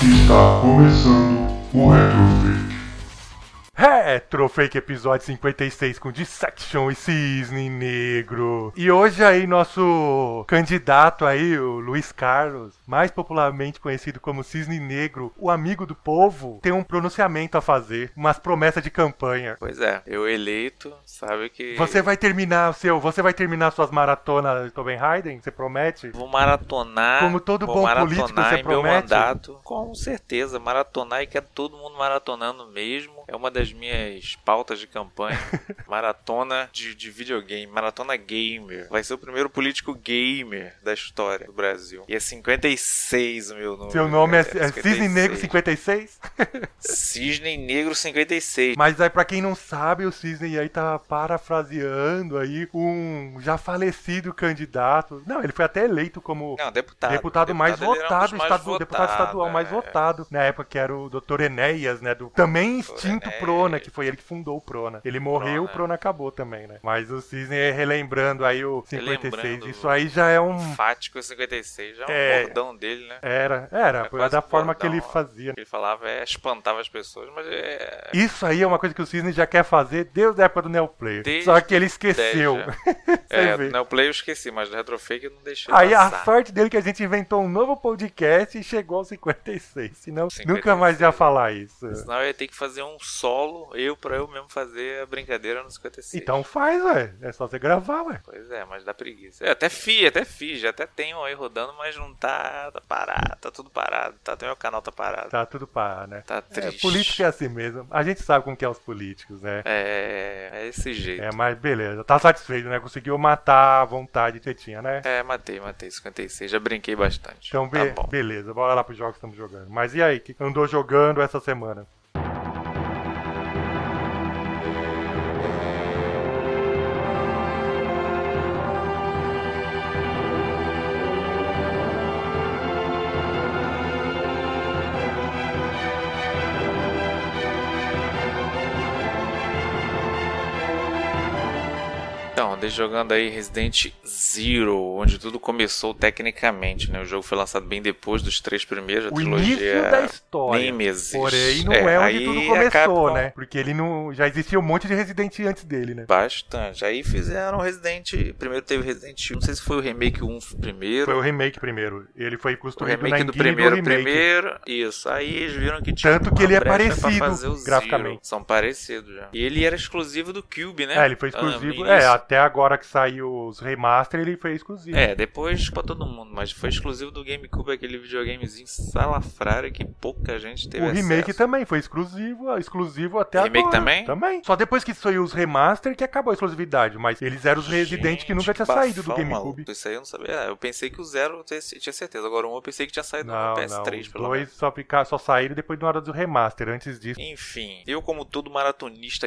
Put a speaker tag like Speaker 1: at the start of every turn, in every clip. Speaker 1: Está começando o Retrofit.
Speaker 2: Retrofake episódio 56 com Dissection e Cisne Negro. E hoje aí nosso candidato aí, o Luiz Carlos, mais popularmente conhecido como Cisne Negro, o amigo do povo, tem um pronunciamento a fazer, umas promessas de campanha.
Speaker 3: Pois é, eu eleito, sabe que.
Speaker 2: Você vai terminar o seu, você vai terminar suas maratonas de Tobin Hayden, você promete?
Speaker 3: Vou maratonar.
Speaker 2: Como todo
Speaker 3: vou
Speaker 2: bom
Speaker 3: maratonar
Speaker 2: político, você
Speaker 3: em meu
Speaker 2: promete?
Speaker 3: mandato. Com certeza, maratonar e quero todo mundo maratonando mesmo. É uma das minhas pautas de campanha. Maratona de, de videogame, maratona gamer. Vai ser o primeiro político gamer da história do Brasil. E é 56 o meu nome.
Speaker 2: Seu nome é, é Cisne Negro 56?
Speaker 3: Cisne Negro 56.
Speaker 2: Mas aí, pra quem não sabe, o Cisne aí tá parafraseando aí um já falecido candidato. Não, ele foi até eleito como
Speaker 3: Não, deputado.
Speaker 2: deputado mais
Speaker 3: ele era um dos
Speaker 2: votado,
Speaker 3: mais
Speaker 2: estadu- deputado estadual mais
Speaker 3: é.
Speaker 2: votado na época, que era o Dr. Enéas, né? Do também extinto
Speaker 3: Enéas.
Speaker 2: Prona, que foi ele que fundou o Prona. Ele morreu, o
Speaker 3: Prona.
Speaker 2: Prona acabou também, né? Mas o Cisne é relembrando aí o 56.
Speaker 3: Relembrando.
Speaker 2: Isso aí já é um.
Speaker 3: Fático 56, já é um
Speaker 2: É.
Speaker 3: bordão dele, né?
Speaker 2: Era, era,
Speaker 3: É
Speaker 2: era
Speaker 3: quase
Speaker 2: da
Speaker 3: um
Speaker 2: forma que ele
Speaker 3: bordão, ó.
Speaker 2: fazia. né.
Speaker 3: O que ele falava é espantava as pessoas, mas é.
Speaker 2: Isso aí é uma coisa que o Cisne já quer fazer desde a época do Neoplayer.
Speaker 3: Desde
Speaker 2: Só que ele
Speaker 3: 10
Speaker 2: esqueceu.
Speaker 3: já.
Speaker 2: Você
Speaker 3: é,
Speaker 2: vê.
Speaker 3: do Neoplay eu esqueci, mas do Retrofake eu não deixei.
Speaker 2: Aí a
Speaker 3: passar.
Speaker 2: sorte dele é que a gente inventou um novo podcast e chegou aos 56. Senão
Speaker 3: 56.
Speaker 2: nunca mais ia falar isso.
Speaker 3: Senão eu ia ter que fazer um solo, eu pra eu mesmo fazer a brincadeira no 56.
Speaker 2: Então faz, ué. É só você gravar, ué.
Speaker 3: Pois é, mas dá preguiça. Eu até fi, até fiz, já até tenho aí rodando, mas não tá. Tá parado, tá tudo parado. Tá, até meu canal tá parado.
Speaker 2: Tá tudo para, né?
Speaker 3: Tá
Speaker 2: É,
Speaker 3: triste.
Speaker 2: político é assim mesmo. A gente sabe como que é os políticos, né?
Speaker 3: É, é esse jeito.
Speaker 2: É, mas beleza. Tá satisfeito, né? Conseguiu matar a vontade que você tinha, né?
Speaker 3: É, matei, matei. 56, já brinquei bastante.
Speaker 2: Então,
Speaker 3: tá
Speaker 2: be-
Speaker 3: bom.
Speaker 2: beleza. Bora lá pros jogos que estamos jogando. Mas e aí? O que andou jogando essa semana?
Speaker 3: Então, andei jogando aí Resident Zero, onde tudo começou tecnicamente, né? O jogo foi lançado bem depois dos três primeiros, a
Speaker 2: O
Speaker 3: trilogia
Speaker 2: início da história.
Speaker 3: Nemesis.
Speaker 2: Porém, não é, onde
Speaker 3: aí
Speaker 2: tudo
Speaker 3: a
Speaker 2: começou,
Speaker 3: Capcom-
Speaker 2: né? Porque ele não. Já existia um monte de Resident antes dele, né?
Speaker 3: Bastante. Aí fizeram Resident... Primeiro teve Resident 1, não sei se foi o remake 1 primeiro.
Speaker 2: Foi o remake primeiro. Ele foi
Speaker 3: o
Speaker 2: construído na
Speaker 3: remake do
Speaker 2: Engine
Speaker 3: primeiro,
Speaker 2: do remake.
Speaker 3: primeiro, isso. Aí eles viram que tinha
Speaker 2: Tanto que
Speaker 3: uma
Speaker 2: ele é
Speaker 3: brecha pra
Speaker 2: parecido
Speaker 3: fazer o Zero.
Speaker 2: graficamente.
Speaker 3: São parecidos já. E ele era exclusivo do Cube, né?
Speaker 2: É, ele foi
Speaker 3: Ah, no
Speaker 2: exclusivo. é,
Speaker 3: início.
Speaker 2: até agora que saiu os remaster, ele foi exclusivo.
Speaker 3: É, depois pra todo mundo, mas foi exclusivo do GameCube aquele videogamezinho salafrário que pouca gente teve
Speaker 2: o remake tá
Speaker 3: acesso.
Speaker 2: também foi exclusivo, é, exclusivo até
Speaker 3: Remake
Speaker 2: agora.
Speaker 3: também?
Speaker 2: Também. Só depois que saiu os remaster que acabou a exclusividade, mas eles eram os Resident que nunca tinha saído do
Speaker 3: bafão,
Speaker 2: GameCube.
Speaker 3: maluco. Isso aí eu não sabia. É, Eu pensei que o Zero eu tinha tinha certeza. Agora o 1 eu pensei que tinha saído
Speaker 2: Não,
Speaker 3: no
Speaker 2: não.
Speaker 3: PS3,
Speaker 2: Os
Speaker 3: pelo
Speaker 2: dois
Speaker 3: menos.
Speaker 2: só, ficar, só saíram depois de uma hora do remaster. Antes disso,
Speaker 3: Enfim, eu como todo maratonista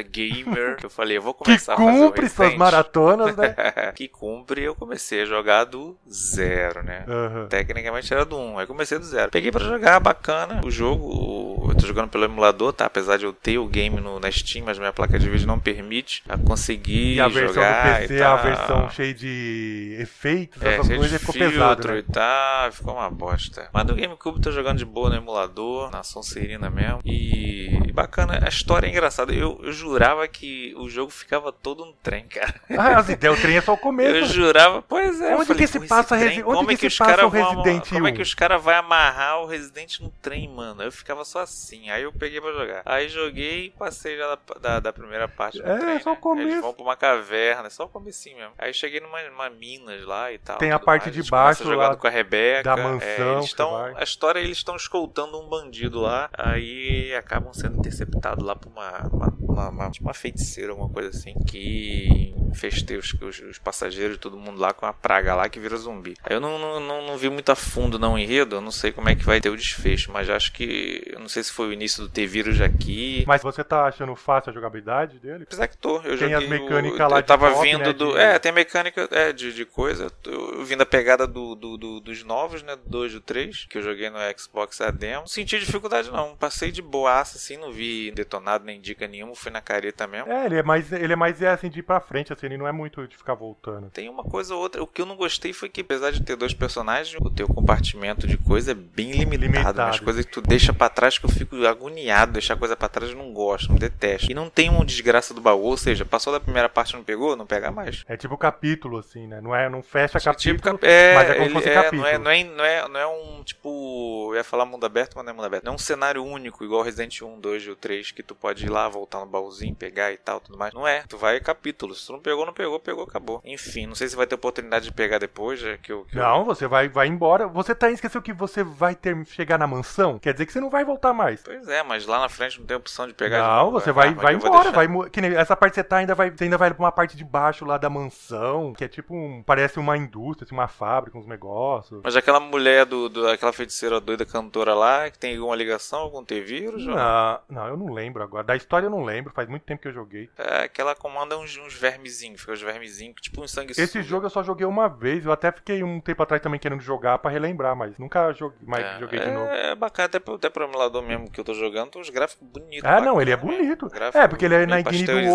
Speaker 3: gamer, eu falei, eu vou
Speaker 2: que
Speaker 3: começar a fazer o
Speaker 2: cumpre suas
Speaker 3: Resident.
Speaker 2: maratonas, né?
Speaker 3: que cumpre, eu comecei a jogar do zero, né?
Speaker 2: Aham.
Speaker 3: Tecnicamente era do 1, aí comecei do zero. Peguei pra jogar, bacana. O jogo, o- eu tô jogando pelo emulador, tá? Apesar de eu ter o game no, na Steam, mas minha placa de vídeo não permite. A conseguir
Speaker 2: E a versão
Speaker 3: jogar
Speaker 2: do PC,
Speaker 3: e tal.
Speaker 2: a versão cheia de efeitos,
Speaker 3: é,
Speaker 2: essas
Speaker 3: cheio de
Speaker 2: coisas ficou
Speaker 3: filtro
Speaker 2: pesado. né?
Speaker 3: e tal, ficou uma bosta. Mas no GameCube eu tô jogando de boa no emulador, na Sonserina mesmo. E e bacana, a história é engraçada. Eu, eu jurava que o jogo ficava todo no trem, cara.
Speaker 2: Ah, as ideias, o trem é só o começo.
Speaker 3: Eu jurava, pois é. eu
Speaker 2: Onde
Speaker 3: falei,
Speaker 2: que se
Speaker 3: "Pô,
Speaker 2: passa
Speaker 3: esse
Speaker 2: Resi-
Speaker 3: trem,
Speaker 2: onde
Speaker 3: como
Speaker 2: que
Speaker 3: é que
Speaker 2: se
Speaker 3: os
Speaker 2: passa
Speaker 3: caras
Speaker 2: o
Speaker 3: vão-
Speaker 2: Resident
Speaker 3: Como é que
Speaker 2: 1?
Speaker 3: os caras vão amarrar o Resident no trem, mano? Eu ficava só assim. Aí eu peguei pra jogar. Aí joguei e passei já da, da, da primeira parte do
Speaker 2: É,
Speaker 3: trem,
Speaker 2: só o
Speaker 3: né?
Speaker 2: começo.
Speaker 3: Eles vão pra uma caverna, é só o comecinho mesmo. Aí cheguei numa, numa minas lá e tal.
Speaker 2: Tem a
Speaker 3: tudo
Speaker 2: parte
Speaker 3: mais.
Speaker 2: de
Speaker 3: Eles começam
Speaker 2: baixo
Speaker 3: jogando
Speaker 2: lá
Speaker 3: com a Rebeca.
Speaker 2: da
Speaker 3: é,
Speaker 2: mansão
Speaker 3: eles
Speaker 2: que
Speaker 3: tão-
Speaker 2: vai.
Speaker 3: Então, a história eles estão escoltando um bandido lá. Aí acabam sendo interceptados lá por uma, uma, uma, uma- tipo uma feiticeira, alguma coisa assim. Que infestei os, os, os passageiros, todo mundo lá com a praga lá que vira zumbi. Aí eu não, não, não, não vi muito a fundo não o enredo. Eu não sei como é que vai ter o desfecho. Mas acho que. Eu não sei se foi o início do T-Vírus aqui.
Speaker 2: Mas você tá achando fácil a jogabilidade dele?
Speaker 3: Apesar que tô,
Speaker 2: Tem
Speaker 3: eu joguei
Speaker 2: as mecânicas
Speaker 3: o,
Speaker 2: lá
Speaker 3: Eu
Speaker 2: de
Speaker 3: tava
Speaker 2: co-op,
Speaker 3: vindo
Speaker 2: né,
Speaker 3: do.
Speaker 2: de-
Speaker 3: É, tem mecânica é, de, de coisa. Eu, eu vim da pegada do, do- do- dos novos, né? Do 2 e do 3, que eu joguei no Xbox a demo. Não senti dificuldade, não. Passei de boaça, assim, não vi detonado nem dica nenhuma. foi na careta mesmo.
Speaker 2: É, ele é mais, ele é mais é, assim de ir pra frente, assim, ele não é muito de ficar voltando.
Speaker 3: Tem uma coisa ou outra. O que eu não gostei foi que, apesar de ter dois personagens, o teu compartimento de coisa é bem limitado.
Speaker 2: Limitado.
Speaker 3: Umas coisas que tu deixa pra trás que eu fico agoniado. Deixar coisa pra trás eu não gosto, não detesto. E não tem um desgraça do baú, ou seja, passou da primeira parte e não pegou, não pega mais.
Speaker 2: É tipo capítulo, assim, né? Não, é, não fecha capítulo,
Speaker 3: Tipo, cap- é,
Speaker 2: mas é como se
Speaker 3: ele-
Speaker 2: fosse
Speaker 3: é,
Speaker 2: capítulo.
Speaker 3: Não é, não, é, não, é, não é um tipo. Eu ia falar mundo aberto, mas não é mundo aberto. Não é um cenário único, igual Resident 1, 2 ou 3, que tu pode ir lá, voltar no baúzinho, pegar e tal, tudo mais. Não é. Tu vai capítulo. Se tu não pegou, não pegou, pegou, acabou. Enfim, não sei se vai ter oportunidade de pegar depois, já que eu. que eu-
Speaker 2: Não, você vai, vai embora. Você tá esqueceu que você vai ter chegar na mansão? Quer dizer que você não vai voltar mais.
Speaker 3: Pois é, mas lá na frente não tem opção de pegar de
Speaker 2: não,
Speaker 3: novo,
Speaker 2: você
Speaker 3: né?
Speaker 2: vai,
Speaker 3: Ah, mas
Speaker 2: vai
Speaker 3: eu vou
Speaker 2: embora,
Speaker 3: deixar.
Speaker 2: vai mu- que nem essa parte que você tá ainda vai, você ainda vai pra uma parte de baixo lá da mansão, que é tipo um, parece uma indústria, assim, uma fábrica, uns negócios.
Speaker 3: Mas aquela mulher do, do- aquela feiticeira doida cantora lá, que tem alguma ligação com ter vírus? ou
Speaker 2: Não, não, eu não lembro agora. Da história eu não lembro, faz muito tempo que eu joguei.
Speaker 3: É, que ela comanda uns, uns vermezinhos, fica uns vermezinhos, tipo um sangue
Speaker 2: Esse jogo eu só joguei uma vez, eu até fiquei um tempo atrás também querendo jogar pra relembrar, mas nunca joguei, mais joguei de novo.
Speaker 3: É bacana, até, pro- até pro emulador mesmo que eu tô jogando, tem uns gráficos bonitos.
Speaker 2: Ah, não,
Speaker 3: bacana,
Speaker 2: ele é
Speaker 3: né?
Speaker 2: bonito.
Speaker 3: Gráfico
Speaker 2: É, porque ele é
Speaker 3: meio
Speaker 2: na Guinea do, outro,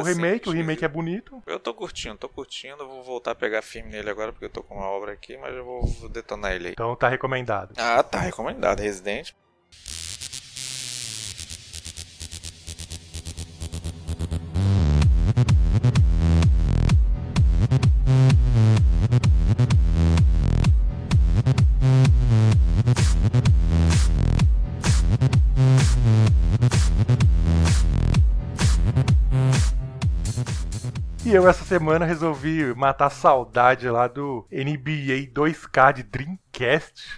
Speaker 2: do
Speaker 3: assim,
Speaker 2: remake, o
Speaker 3: esquisito.
Speaker 2: remake é bonito.
Speaker 3: Eu tô curtindo, tô curtindo, eu vou voltar a pegar firme nele agora, porque eu tô com uma obra aqui, mas eu vou, vou detonar ele aí.
Speaker 2: Então tá recomendado.
Speaker 3: Ah, tá, recomendado, Resident.
Speaker 2: E eu essa semana resolvi matar a saudade lá do NBA 2K de Dreamcast.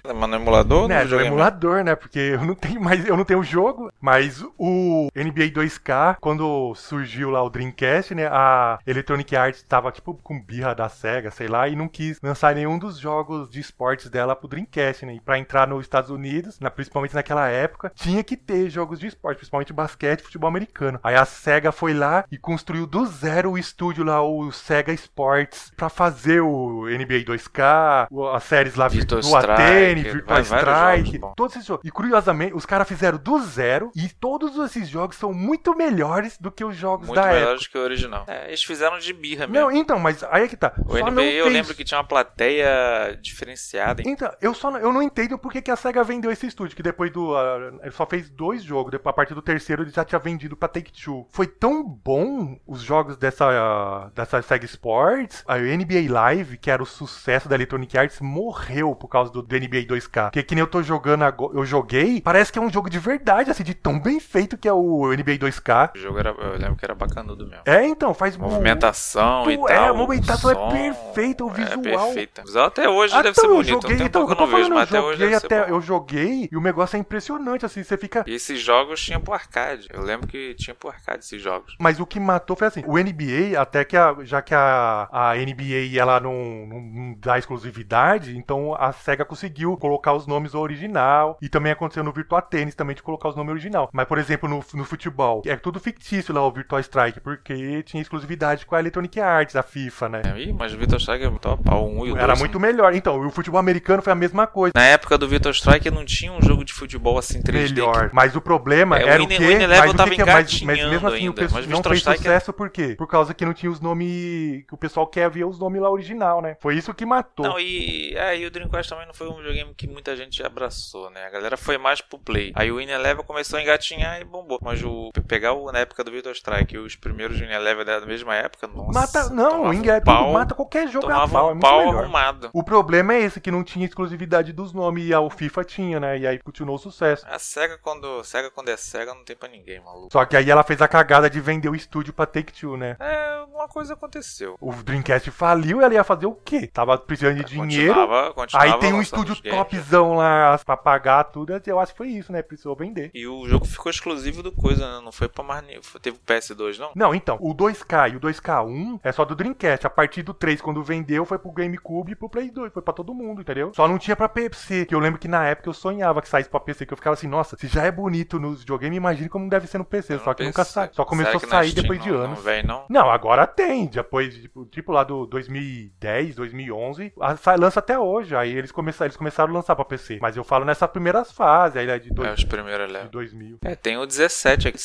Speaker 3: Mas no emulador? ou
Speaker 2: né,
Speaker 3: no é
Speaker 2: do
Speaker 3: videogame?
Speaker 2: emulador, né? Porque eu não tenho mais, eu não tenho o jogo, mas o NBA 2K, quando surgiu lá o Dreamcast, né, a Electronic Arts tava tipo com birra da Sega, sei lá, e não quis lançar nenhum dos jogos de esportes dela pro Dreamcast, né? E para entrar nos Estados Unidos, na- principalmente naquela época, tinha que ter jogos de esporte, principalmente basquete, e futebol americano. Aí a Sega foi lá e construiu do zero o estúdio lá, o Sega Sports, pra fazer o NBA 2K, o- as séries lá
Speaker 3: Virtua
Speaker 2: do Atene,
Speaker 3: Striker,
Speaker 2: Virtua
Speaker 3: vai- vários
Speaker 2: Strike,
Speaker 3: jogos, bom.
Speaker 2: todos esses jogos. E curiosamente, os caras fizeram do zero e todos esses jogos são muito melhores do que os jogos
Speaker 3: Muito
Speaker 2: da
Speaker 3: melhor
Speaker 2: época.
Speaker 3: do que o original. É, eles fizeram de birra mesmo.
Speaker 2: Não, então, mas aí é que tá.
Speaker 3: o
Speaker 2: Só
Speaker 3: NBA
Speaker 2: não
Speaker 3: eu
Speaker 2: fez-
Speaker 3: lembro que tinha uma plateia diferenciada. hein?
Speaker 2: Então, eu só não, eu não entendo por que, que a SEGA vendeu esse estúdio, que depois do. ah, ele só fez dois jogos, depois, a partir do terceiro ele já tinha vendido pra Take Two. Foi tão bom os jogos dessa, ah, dessa SEGA Sports, a NBA Live, que era o sucesso da Electronic Arts, morreu por causa do, do NBA 2K. Porque que nem eu tô jogando agora, eu joguei, parece que é um jogo de verdade, assim, de tão bem feito que é o NBA 2K.
Speaker 3: O jogo era, eu lembro que era bacanudo mesmo.
Speaker 2: É, então, faz
Speaker 3: Movimentação e
Speaker 2: Tu-
Speaker 3: tal.
Speaker 2: é, a movimentação é
Speaker 3: som,
Speaker 2: perfeita, o
Speaker 3: É
Speaker 2: visual.
Speaker 3: perfeita. O visual até hoje
Speaker 2: Ah,
Speaker 3: deve
Speaker 2: então,
Speaker 3: ser bonito.
Speaker 2: Eu joguei,
Speaker 3: Tem um
Speaker 2: então,
Speaker 3: pouco
Speaker 2: eu tô
Speaker 3: eu não vejo,
Speaker 2: falando,
Speaker 3: mas até
Speaker 2: eu
Speaker 3: hoje
Speaker 2: joguei
Speaker 3: deve ser
Speaker 2: até.
Speaker 3: bom.
Speaker 2: Eu joguei e o negócio é impressionante, assim, você fica.
Speaker 3: E esses jogos tinha pro arcade. Eu lembro que tinha pro arcade esses jogos.
Speaker 2: Mas o que matou foi assim, o NBA, até que a- já que a, a NBA ela não, não- não dá exclusividade, então a SEGA conseguiu colocar os nomes original. E também aconteceu no Virtua Tênis também de colocar os nomes original. Mas, por exemplo, no, no futebol, é tudo fictício lá o Virtua Strike, porque tinha exclusividade com a Electronic Arts, a FIFA, né?
Speaker 3: É, Ih, mas o Vitor Strike era top. O 1 e o 2.
Speaker 2: Era muito melhor. Então, e o futebol americano foi a mesma coisa.
Speaker 3: Na época do Vitor Strike não tinha um jogo de futebol assim 3D.
Speaker 2: melhor. Mas o problema
Speaker 3: É, o
Speaker 2: era
Speaker 3: Winnie-
Speaker 2: o quê?
Speaker 3: Winnie Level
Speaker 2: mas o
Speaker 3: tava
Speaker 2: que, que é mais, mas
Speaker 3: engatinhando
Speaker 2: mesmo assim
Speaker 3: ainda,
Speaker 2: o pessoal
Speaker 3: mas
Speaker 2: não
Speaker 3: Mr.
Speaker 2: fez
Speaker 3: Strike é-
Speaker 2: sucesso por quê? Por causa que não tinha os nomes que o pessoal quer ver os nomes lá original, né? Foi isso que matou.
Speaker 3: Não, e, é, e o Dreamcast também não foi um videogame que muita gente abraçou, né? A galera foi mais pro play. Aí o Win Eleven começou a engatinhar e bombou. Mas o pe- pegar o, na época do Vitor Strike os primeiros Win Eleven da mesma época, nossa.
Speaker 2: mata, não,
Speaker 3: tomava
Speaker 2: o Inga é
Speaker 3: um
Speaker 2: tudo-
Speaker 3: pau,
Speaker 2: mata qualquer jogo a
Speaker 3: tomava
Speaker 2: pau, é
Speaker 3: um
Speaker 2: muito
Speaker 3: pau
Speaker 2: melhor.
Speaker 3: arrumado.
Speaker 2: O problema é esse que não tinha exclusividade dos nomes e a o FIFA tinha, né? E aí continuou o sucesso.
Speaker 3: A SEGA É quando, SEGA quando é SEGA não tem pra ninguém, maluco.
Speaker 2: Só que aí ela fez a cagada de vender o estúdio pra Take-Two, né?
Speaker 3: É, alguma coisa aconteceu.
Speaker 2: O Dreamcast faliu, ela ia fazer o quê? Tava precisando de dinheiro.
Speaker 3: Continuava, continuava
Speaker 2: Aí tem um
Speaker 3: lançando
Speaker 2: estúdio
Speaker 3: os games, né?
Speaker 2: topzão lá pra pagar tudo. Eu acho que foi isso, né? Precisou vender.
Speaker 3: E o jogo ficou exclusivo do coisa, né? Não foi pra mais nenhum. Teve o PS2, não?
Speaker 2: Não, então, o 2K e o 2K1 é só do Dreamcast. A partir do 3, quando vendeu, foi pro GameCube e pro Play 2. Foi pra todo mundo, entendeu? Só não tinha pra PC. Que eu lembro que na época eu sonhava que saísse pra PC. Que eu ficava assim, nossa, se já é bonito no videogame, imagina como deve ser no PC.
Speaker 3: Eu
Speaker 2: só que
Speaker 3: não
Speaker 2: nunca
Speaker 3: pensei.
Speaker 2: saiu. Só começou
Speaker 3: Será que
Speaker 2: a
Speaker 3: na
Speaker 2: sair
Speaker 3: Steam
Speaker 2: depois de
Speaker 3: não-
Speaker 2: anos.
Speaker 3: Não vem, não?
Speaker 2: Não, agora tem, depois, tipo, tipo lá do 2010, 2011, a- sai- lança até hoje. Aí eles, começa, eles começaram a lançar pra PC. Mas eu falo nessas primeiras fases, aí é de, dois,
Speaker 3: É, os primeiros
Speaker 2: de
Speaker 3: levels.
Speaker 2: 2000.
Speaker 3: É, tem o 17 aqui,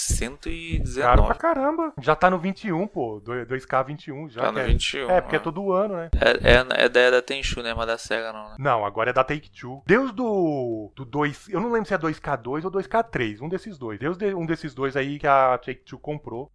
Speaker 2: Caro pra
Speaker 3: 119.
Speaker 2: caramba. Já tá no 21, pô. 2K21 já.
Speaker 3: Tá no
Speaker 2: que é-
Speaker 3: 21.
Speaker 2: É, porque é
Speaker 3: né?
Speaker 2: todo ano, né?
Speaker 3: É, é, é da, é da Tenchu, né? Mas da SEGA não, né?
Speaker 2: Não, agora é da Take Two. Deus do. do 2. Eu não lembro se é 2K2 ou 2K3. Um desses dois. Deus de um desses dois aí que a Take Two comprou.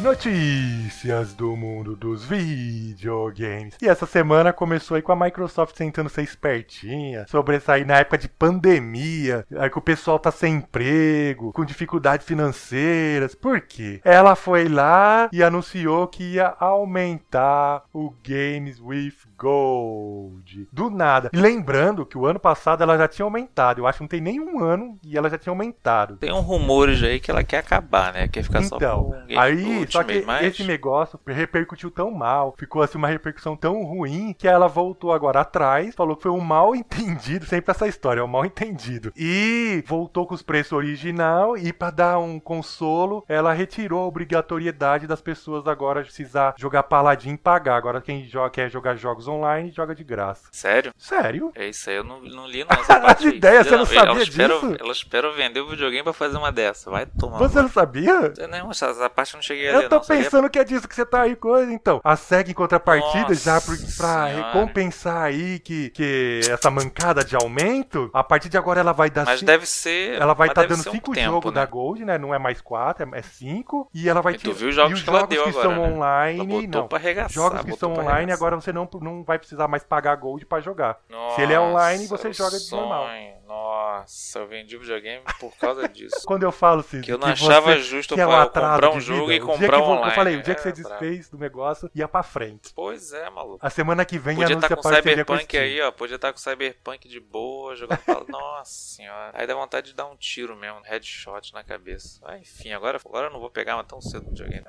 Speaker 2: Notícias do mundo dos videogames. E essa semana começou aí com a Microsoft tentando ser espertinha, sobressair na época de pandemia, aí que o pessoal tá sem emprego, com dificuldades financeiras. Por quê? Ela foi lá e anunciou que ia aumentar o Games with Gold. Do nada. E lembrando que o ano passado ela já tinha aumentado. Eu acho que não tem nenhum ano e ela já tinha aumentado.
Speaker 3: Tem uns rumores aí que ela quer acabar, né? Quer ficar só
Speaker 2: Então,
Speaker 3: com um game
Speaker 2: aí,
Speaker 3: Gold
Speaker 2: só que
Speaker 3: mesmo, mas
Speaker 2: esse negócio repercutiu tão mal, ficou assim uma repercussão tão ruim que ela voltou agora atrás, falou que foi um mal entendido, sempre essa história, é um mal entendido. E voltou com os preços original e pra dar um consolo, ela retirou a obrigatoriedade das pessoas agora precisar jogar paladinho e pagar. Agora quem joga, quer jogar jogos online, joga de graça.
Speaker 3: Sério?
Speaker 2: Sério?
Speaker 3: É isso aí, eu não, não li não essa parte aí.
Speaker 2: ideia, você
Speaker 3: Filha
Speaker 2: não
Speaker 3: da- ela
Speaker 2: sabia
Speaker 3: espera-
Speaker 2: disso?
Speaker 3: Ela espera vender o videogame pra fazer uma dessa. Vai tomar.
Speaker 2: Você não sabia?
Speaker 3: uma- Não, essa, essa parte eu não cheguei a ler,
Speaker 2: Eu tô
Speaker 3: não. Só li a-
Speaker 2: pensando que é disso que você tá aí, coisa, então. A SEG em contrapartida,
Speaker 3: Nossa
Speaker 2: já pro- pra
Speaker 3: Senhora.
Speaker 2: recompensar aí que, que essa mancada de aumento, a partir de agora ela vai dar.
Speaker 3: Mas
Speaker 2: cin-
Speaker 3: deve ser.
Speaker 2: assim, Ela vai
Speaker 3: mas
Speaker 2: estar
Speaker 3: deve
Speaker 2: dando
Speaker 3: ser um
Speaker 2: cinco
Speaker 3: tempo,
Speaker 2: jogos
Speaker 3: né?
Speaker 2: da Gold, né? Não é mais quatro, é- é cinco. E ela vai
Speaker 3: E tu
Speaker 2: tirar-
Speaker 3: viu os jogos
Speaker 2: e os
Speaker 3: que ela
Speaker 2: jogos
Speaker 3: deu
Speaker 2: que
Speaker 3: agora,
Speaker 2: são
Speaker 3: né? Ela
Speaker 2: online,
Speaker 3: botou
Speaker 2: não.
Speaker 3: pra arregaçar.
Speaker 2: Jogos que
Speaker 3: botou
Speaker 2: são
Speaker 3: pra
Speaker 2: online,
Speaker 3: arregaçar.
Speaker 2: agora você não, não vai precisar mais pagar Gold pra jogar. Se ele é
Speaker 3: Nossa,
Speaker 2: online, você
Speaker 3: o
Speaker 2: joga de normal.
Speaker 3: sonho. Nossa, eu vendi o videogame por causa disso.
Speaker 2: Quando eu falo, Cid,
Speaker 3: que eu não achava
Speaker 2: você
Speaker 3: justo
Speaker 2: que é
Speaker 3: eu
Speaker 2: um
Speaker 3: eu
Speaker 2: atraso
Speaker 3: comprar um
Speaker 2: de
Speaker 3: jogo
Speaker 2: vida,
Speaker 3: e
Speaker 2: o dia que
Speaker 3: comprar um
Speaker 2: vo-
Speaker 3: online.
Speaker 2: Eu falei, o dia que
Speaker 3: É,
Speaker 2: você
Speaker 3: brabo.
Speaker 2: desfez do negócio, ia pra frente.
Speaker 3: Pois é, maluco.
Speaker 2: A semana que vem
Speaker 3: Podia estar
Speaker 2: anuncia
Speaker 3: com
Speaker 2: parceria com
Speaker 3: Cyberpunk
Speaker 2: Steam.
Speaker 3: aí, ó. Podia estar com Cyberpunk de boa, jogando pra... Nossa senhora. Aí dá vontade de dar um tiro mesmo, um headshot na cabeça. Ah, enfim, agora, agora eu não vou pegar, mas tão cedo no videogame.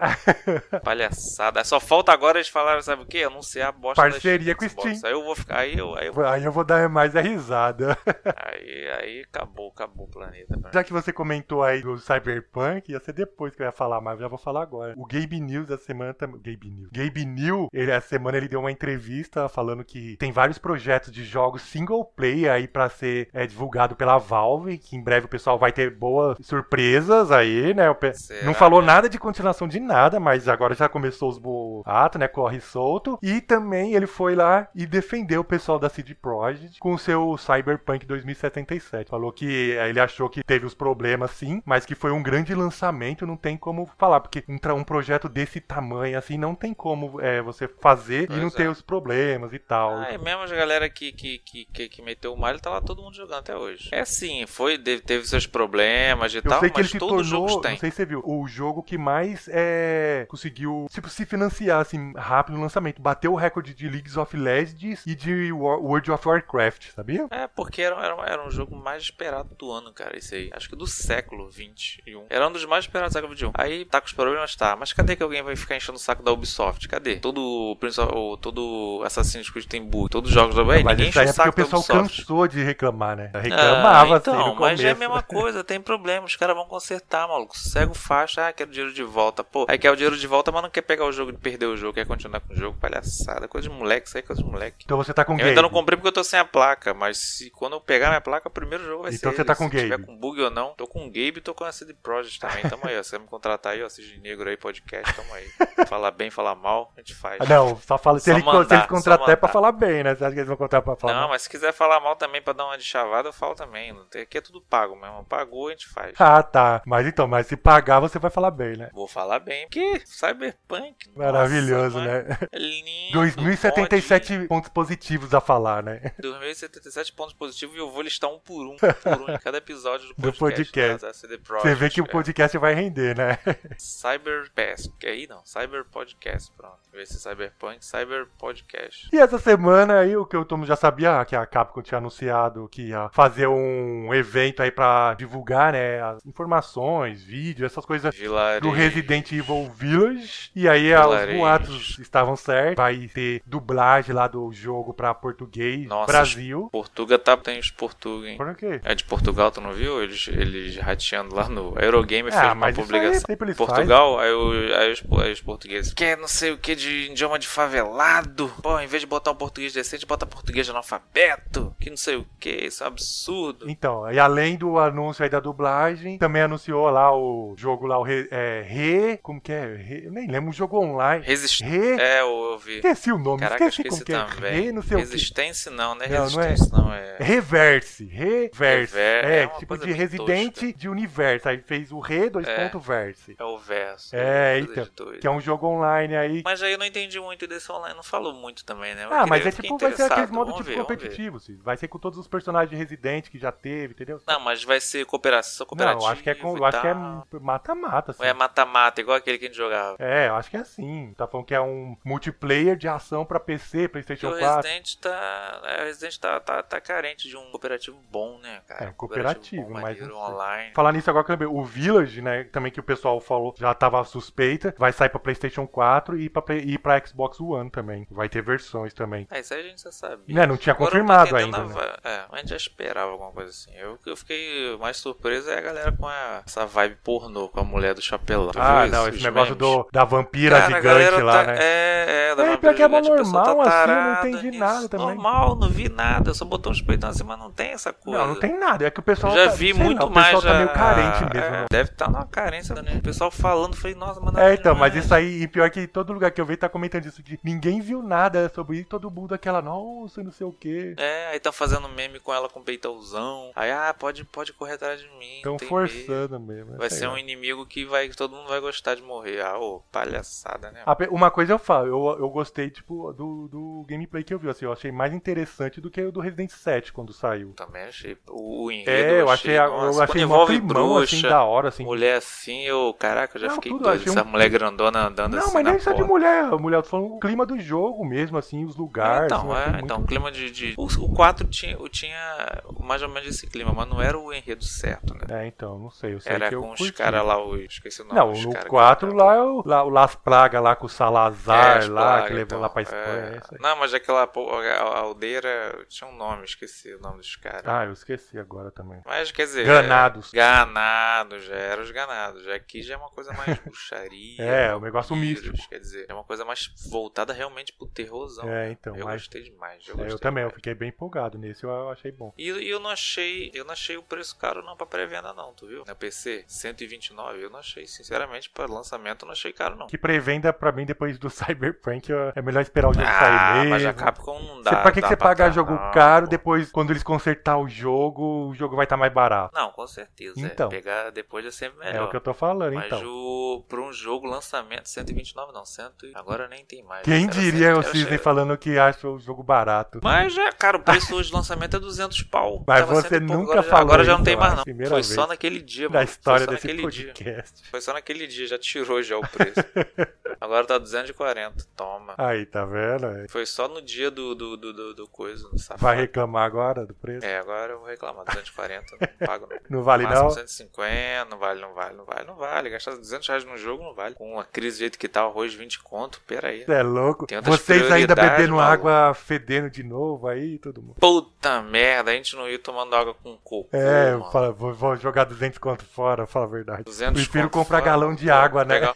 Speaker 3: Palhaçada. Só falta agora eles falaram, sabe o quê? Anunciar a bosta
Speaker 2: Parceria
Speaker 3: da
Speaker 2: com
Speaker 3: Xbox.
Speaker 2: Steam.
Speaker 3: Aí eu vou ficar... Aí eu... Aí, eu-
Speaker 2: Aí eu vou dar mais a risada.
Speaker 3: aí, aí acabou, acabou o planeta. pra mim.
Speaker 2: Já que você comentou aí do Cyberpunk, ia ser depois que eu ia falar, mas já vou falar agora. O Gabe News da semana também. Gabe News. Gabe New, ele essa semana ele deu uma entrevista falando que tem vários projetos de jogos single player aí pra ser é, divulgado pela Valve, que em breve o pessoal vai ter boas surpresas aí, né? O pe-
Speaker 3: Será,
Speaker 2: Não falou
Speaker 3: né?
Speaker 2: nada de continuação de nada, mas agora já começou os boatos, né? Corre solto. E também ele foi lá e defendeu o pessoal da CD Projekt com o seu Cyberpunk 2077. Falou que eh, ele achou que teve os problemas sim, mas que foi um grande lançamento, não tem como falar, porque um, tra- um projeto desse tamanho assim não tem como eh, você fazer e
Speaker 3: Pois
Speaker 2: não
Speaker 3: é.
Speaker 2: ter os problemas e tal.
Speaker 3: Ah, é mesmo a galera que, que, que, que, que meteu o malho, tá lá todo mundo jogando até hoje. É sim, foi, teve, teve seus problemas e
Speaker 2: Eu
Speaker 3: tal,
Speaker 2: sei que ele
Speaker 3: mas
Speaker 2: se
Speaker 3: todos os
Speaker 2: tornou,
Speaker 3: jogos têm.
Speaker 2: não sei se você viu, o jogo que mais é, conseguiu tipo, se financiar assim, rápido no lançamento. Bateu o recorde de Leagues of Legends e de War- World of Warcraft, sabia?
Speaker 3: É, porque era, era, era um jogo mais esperado do ano, cara, esse aí. Acho que do século XXI. Era um dos mais esperados do século XXI. Aí tá com os problemas, tá. Mas cadê que alguém vai ficar enchendo o saco da Ubisoft? Cadê? Todo, Prince of- o- todo Assassin's Creed tem bug. Todos os jogos da Ubisoft.
Speaker 2: mas
Speaker 3: Ninguém
Speaker 2: isso
Speaker 3: enche
Speaker 2: aí
Speaker 3: o
Speaker 2: é porque
Speaker 3: saco
Speaker 2: o pessoal
Speaker 3: da Ubisoft.
Speaker 2: cansou de reclamar, né? Reclamava,
Speaker 3: Ah,
Speaker 2: assim,
Speaker 3: então,
Speaker 2: no
Speaker 3: mas
Speaker 2: começo.
Speaker 3: é a mesma coisa, tem problema, os caras vão consertar, maluco. Cego faixa, ah, quero dinheiro de volta. Pô, aí quer o dinheiro de volta, mas não quer pegar o jogo, perder o jogo, quer continuar com o jogo, palhaçada, coisa de moleque, isso aí é coisa de moleque.
Speaker 2: Então você tá com
Speaker 3: Eu
Speaker 2: game.
Speaker 3: ainda não comprei porque eu tô sem a placa, mas se quando eu pegar minha placa, o primeiro jogo vai ser.
Speaker 2: Então você
Speaker 3: ele.
Speaker 2: tá com
Speaker 3: se
Speaker 2: Gabe.
Speaker 3: tiver com bug ou não, tô com o Gabe e tô com a CD Projekt também. Tamo aí, ó. Se você me contratar aí, ó, Cisne Negro aí, podcast, tamo aí. Falar bem, falar mal, a gente faz.
Speaker 2: Ah, Não, só fala. Se,
Speaker 3: Só
Speaker 2: ele,
Speaker 3: mandar,
Speaker 2: se eles
Speaker 3: só
Speaker 2: contratar é pra
Speaker 3: mandar.
Speaker 2: falar bem, né? Você acha que eles vão contratar pra falar?
Speaker 3: Não,
Speaker 2: mal?
Speaker 3: mas se quiser falar mal também pra dar uma de chavada, eu falo também. Não tem- Aqui é tudo pago mesmo. Pagou, a gente faz.
Speaker 2: Ah, tá. Mas então, mas se pagar, você vai falar bem, né?
Speaker 3: Vou falar bem, porque Cyberpunk.
Speaker 2: Maravilhoso,
Speaker 3: nossa,
Speaker 2: né?
Speaker 3: é Lindo.
Speaker 2: 2077 pontos positivos a falar, né?
Speaker 3: pode- 2077 pontos positivos e eu vou listar um por um, por um em cada episódio do podcast. né,
Speaker 2: podcast.
Speaker 3: da- da CD
Speaker 2: Você
Speaker 3: Projekt,
Speaker 2: vê que o
Speaker 3: é.
Speaker 2: podcast vai render, né?
Speaker 3: Cyber Cyberpast. Que aí não, Cyber Podcast, pronto. Em vez de Cyberpunk, Cyber Podcast.
Speaker 2: E essa semana aí, o que eu todo mundo já sabia, que a Capcom tinha anunciado que ia fazer um evento aí pra divulgar, né, as informações, vídeo, essas coisas
Speaker 3: Vilarejo.
Speaker 2: do Resident Evil Village. E aí ah, os
Speaker 3: Vilarejo.
Speaker 2: boatos estavam certos. Vai ter dublagem lá do jogo pra português,
Speaker 3: Nossa,
Speaker 2: Brasil.
Speaker 3: Portuga tá, tem os Portuga, hein?
Speaker 2: Por quê?
Speaker 3: É de Portugal, tu não viu? Eles, eles rateando lá no Eurogamer
Speaker 2: Ah,
Speaker 3: fez uma
Speaker 2: mas isso aí
Speaker 3: publicação.
Speaker 2: sempre eles
Speaker 3: Portugal, aí, o- aí os, aí os portugueses. Que é não sei o que de idioma de favelado. Pô, em vez de botar um português decente, bota português de analfabeto. Que não sei o que, isso é um absurdo.
Speaker 2: Então, e além do anúncio aí da dublagem, também anunciou lá o jogo lá, o Re. é, Re- como que é? Re- eu nem lembro, um jogo online.
Speaker 3: Resist...
Speaker 2: Re.
Speaker 3: É, eu ouvi.
Speaker 2: Esqueci o nome,
Speaker 3: Caraca, eu
Speaker 2: esqueci como
Speaker 3: esqueci
Speaker 2: que é.
Speaker 3: também.
Speaker 2: Re, não sei o que.
Speaker 3: Resistência não, né?
Speaker 2: Não, não é.
Speaker 3: Resistência não é.
Speaker 2: Reverse, reverse.
Speaker 3: Rever-
Speaker 2: É,
Speaker 3: é uma
Speaker 2: tipo
Speaker 3: coisa
Speaker 2: de
Speaker 3: bem
Speaker 2: residente
Speaker 3: tosca.
Speaker 2: de universo. Aí fez o re, dois
Speaker 3: É.
Speaker 2: ponto verse.
Speaker 3: É o verso.
Speaker 2: É,
Speaker 3: coisa
Speaker 2: então,
Speaker 3: de doido.
Speaker 2: Que é um jogo online aí.
Speaker 3: Mas aí eu não entendi muito desse online, não falou muito também, né? Eu
Speaker 2: ah, mas
Speaker 3: queria-
Speaker 2: é
Speaker 3: fiquei
Speaker 2: tipo, vai ser aqueles
Speaker 3: interessado.
Speaker 2: modos
Speaker 3: Vamos
Speaker 2: tipo
Speaker 3: ver, vamos ver.
Speaker 2: competitivo, Cid. vai ser com todos os personagens de residente que já teve, entendeu?
Speaker 3: Não, mas vai ser cooperação,
Speaker 2: Não,
Speaker 3: cooperativo.
Speaker 2: eu acho que é com-
Speaker 3: e
Speaker 2: eu acho que é
Speaker 3: tal.
Speaker 2: mata-mata, assim.
Speaker 3: Ou é mata-mata, igual aquele que a gente jogava.
Speaker 2: É, eu acho que é assim. Tá falando que é um multiplayer de ação pra PC,
Speaker 3: Porque
Speaker 2: PlayStation
Speaker 3: o
Speaker 2: 4.
Speaker 3: Resident tá. é, O Resident tá, tá, tá carente de um cooperativo bom, né, cara?
Speaker 2: É,
Speaker 3: Um
Speaker 2: cooperativo,
Speaker 3: bom,
Speaker 2: mas assim,
Speaker 3: maneiro,
Speaker 2: não sei.
Speaker 3: online.
Speaker 2: Falar nisso agora que eu lembrei, o Village, né, também que o pessoal falou, já tava suspeita, vai sair pra PlayStation 4 e pra, Play- e pra Xbox One também. Vai ter versões também.
Speaker 3: É, isso aí a gente já sabia.
Speaker 2: Né, não tinha
Speaker 3: Agora eu não tô
Speaker 2: confirmado
Speaker 3: entendendo
Speaker 2: ainda, né?
Speaker 3: a va- É, mas a gente já esperava alguma coisa assim. Eu, eu fiquei mais surpreso é a galera com a- essa vibe pornô com a mulher do chapelão. Tu
Speaker 2: Ah,
Speaker 3: viu
Speaker 2: não,
Speaker 3: isso?
Speaker 2: esse
Speaker 3: Os
Speaker 2: negócio
Speaker 3: memes?
Speaker 2: do, da vampira
Speaker 3: Cara, a
Speaker 2: gigante
Speaker 3: galera
Speaker 2: lá,
Speaker 3: tá-
Speaker 2: né?
Speaker 3: É, é, da
Speaker 2: É,
Speaker 3: vampira
Speaker 2: pior que é
Speaker 3: gigante, a
Speaker 2: normal,
Speaker 3: pessoa tá
Speaker 2: assim, não
Speaker 3: tarada
Speaker 2: entendi
Speaker 3: nisso.
Speaker 2: nada também.
Speaker 3: Normal, não vi nada, eu só botou uns peitos assim, mas não tem essa coisa.
Speaker 2: Não, não tem nada. É que o pessoal.
Speaker 3: Eu já
Speaker 2: tá-
Speaker 3: vi
Speaker 2: sei
Speaker 3: muito
Speaker 2: lá,
Speaker 3: mais.
Speaker 2: O pessoal tá meio
Speaker 3: já-
Speaker 2: carente mesmo.
Speaker 3: É,
Speaker 2: né?
Speaker 3: deve estar numa carência, né? O pessoal falando, falei, nossa, mano.
Speaker 2: É, então, mas isso aí, e pior que todo lugar que eu vejo tá comentando isso, de ninguém viu nada sobre isso, todo mundo aquela, nossa, não sei o quê.
Speaker 3: É, aí tá fazendo meme com ela com peitãozão. Aí, ah, pode, pode correr atrás de mim.
Speaker 2: Estão
Speaker 3: tem medo.
Speaker 2: forçando mesmo. é
Speaker 3: Vai
Speaker 2: sei
Speaker 3: ser
Speaker 2: lá.
Speaker 3: um inimigo que vai, todo mundo vai gostar de morrer. Ah, ô, palhaçada, né?
Speaker 2: A pe- Uma coisa eu falo, eu, eu gostei, tipo, do, do gameplay que eu vi, assim, eu achei mais interessante do que o do Resident 7 quando saiu.
Speaker 3: Também achei. O, o enredo,
Speaker 2: É, eu achei, a-
Speaker 3: nossa,
Speaker 2: eu
Speaker 3: quando
Speaker 2: achei mó
Speaker 3: envolve
Speaker 2: primão,
Speaker 3: bruxa,
Speaker 2: assim, da hora, assim.
Speaker 3: Mulher assim, eu, caraca, eu já
Speaker 2: Não,
Speaker 3: fiquei
Speaker 2: tudo,
Speaker 3: doido.
Speaker 2: achei
Speaker 3: Essa
Speaker 2: um-
Speaker 3: mulher grandona andando
Speaker 2: Não,
Speaker 3: assim
Speaker 2: mas
Speaker 3: na
Speaker 2: nem só de
Speaker 3: porta.
Speaker 2: mulher, mulher, tô falando o clima do jogo mesmo, assim, os lugares.
Speaker 3: Então,
Speaker 2: assim, eu achei
Speaker 3: é,
Speaker 2: muito-
Speaker 3: então, clima de. de- O, o 4 tinha, o tinha mais ou menos esse clima, mas não era o enredo certo, né?
Speaker 2: É, então, não sei, eu sei
Speaker 3: Era
Speaker 2: que eu
Speaker 3: com os
Speaker 2: curti.
Speaker 3: caras lá, os. Esqueci o nome.
Speaker 2: Não,
Speaker 3: os
Speaker 2: no
Speaker 3: cara que
Speaker 2: 4
Speaker 3: tava-
Speaker 2: lá, é o- lá, o Las Praga lá com o Salazar
Speaker 3: as
Speaker 2: lá, que
Speaker 3: pragas,
Speaker 2: levou
Speaker 3: então,
Speaker 2: lá pra
Speaker 3: é.
Speaker 2: Espanha. é isso aí.
Speaker 3: Não, mas aquela po- a- a aldeira tinha um nome, esqueci o nome dos caras.
Speaker 2: Ah, eu esqueci agora também.
Speaker 3: Mas quer dizer.
Speaker 2: Ganados.
Speaker 3: é, ganados, já era os ganados. Já aqui já é uma coisa mais bruxaria.
Speaker 2: É, um negócio
Speaker 3: vampiros,
Speaker 2: místico.
Speaker 3: Quer dizer, é uma coisa mais voltada realmente pro terrorzão.
Speaker 2: É, então,
Speaker 3: Eu
Speaker 2: mas-
Speaker 3: gostei demais. Eu,
Speaker 2: É,
Speaker 3: gostei
Speaker 2: eu também, eu
Speaker 3: demais.
Speaker 2: fiquei bem empolgado nesse, eu- eu achei bom.
Speaker 3: E e eu não achei, eu não achei o preço caro não pra pré-venda não, tu viu? Na PC, 129, eu não achei, sinceramente, pra lançamento eu não achei caro não.
Speaker 2: Que prevenda pra mim depois do Cyberpunk eu- é melhor esperar o jogo sair
Speaker 3: ah,
Speaker 2: mesmo.
Speaker 3: mas a Capcom não dá.
Speaker 2: Cê- pra que, que
Speaker 3: dá
Speaker 2: você pagar
Speaker 3: dar,
Speaker 2: jogo
Speaker 3: não,
Speaker 2: caro,
Speaker 3: pô.
Speaker 2: depois quando eles consertar o jogo, o jogo vai estar mais barato?
Speaker 3: Não, com certeza.
Speaker 2: Então.
Speaker 3: É, pegar depois é sempre melhor.
Speaker 2: É o que eu tô falando,
Speaker 3: Mas
Speaker 2: então.
Speaker 3: o pra um jogo lançamento 129 não, 100, e- agora nem tem mais. né,
Speaker 2: Quem
Speaker 3: Era
Speaker 2: diria
Speaker 3: 100,
Speaker 2: o
Speaker 3: era
Speaker 2: Cisne
Speaker 3: 100.
Speaker 2: falando que acha o jogo barato?
Speaker 3: é, Mas já, cara, o preço hoje de lançamento é 200 pau.
Speaker 2: Mas
Speaker 3: Tava 100 e
Speaker 2: você
Speaker 3: pouco,
Speaker 2: nunca
Speaker 3: agora já-
Speaker 2: falou
Speaker 3: Agora já
Speaker 2: isso,
Speaker 3: não tem
Speaker 2: eu
Speaker 3: mais
Speaker 2: acho,
Speaker 3: não.
Speaker 2: primeira
Speaker 3: Foi
Speaker 2: vez
Speaker 3: só naquele dia,
Speaker 2: da
Speaker 3: mano.
Speaker 2: história
Speaker 3: Foi só
Speaker 2: desse
Speaker 3: naquele dia.
Speaker 2: podcast.
Speaker 3: Foi só naquele dia, já tirou já o preço. Agora tá 240, toma.
Speaker 2: Aí, tá vendo?
Speaker 3: Foi só no dia do, do, do, do, do coisa, no safado.
Speaker 2: Vai reclamar agora do preço?
Speaker 3: É, agora eu vou reclamar, 240 não pago não.
Speaker 2: Não vale
Speaker 3: Máximo
Speaker 2: não?
Speaker 3: 150, não vale, não vale, não vale, não vale. Gastar 200 reais num jogo não vale. Com a crise do jeito que tá, o arroz 20 conto, peraí.
Speaker 2: Cê é louco.
Speaker 3: Tem outras
Speaker 2: Vocês ainda
Speaker 3: prioridades,
Speaker 2: bebendo
Speaker 3: maluco.
Speaker 2: água fedendo de novo aí e todo mundo.
Speaker 3: Puta merda, a gente não ia tomando água com coco.
Speaker 2: É, eu
Speaker 3: mano.
Speaker 2: falo, vou, vou jogar 200 conto fora, fala a verdade.
Speaker 3: 200
Speaker 2: Prefiro
Speaker 3: conto
Speaker 2: comprar
Speaker 3: fora,
Speaker 2: galão de
Speaker 3: pô,
Speaker 2: água, né?
Speaker 3: pegar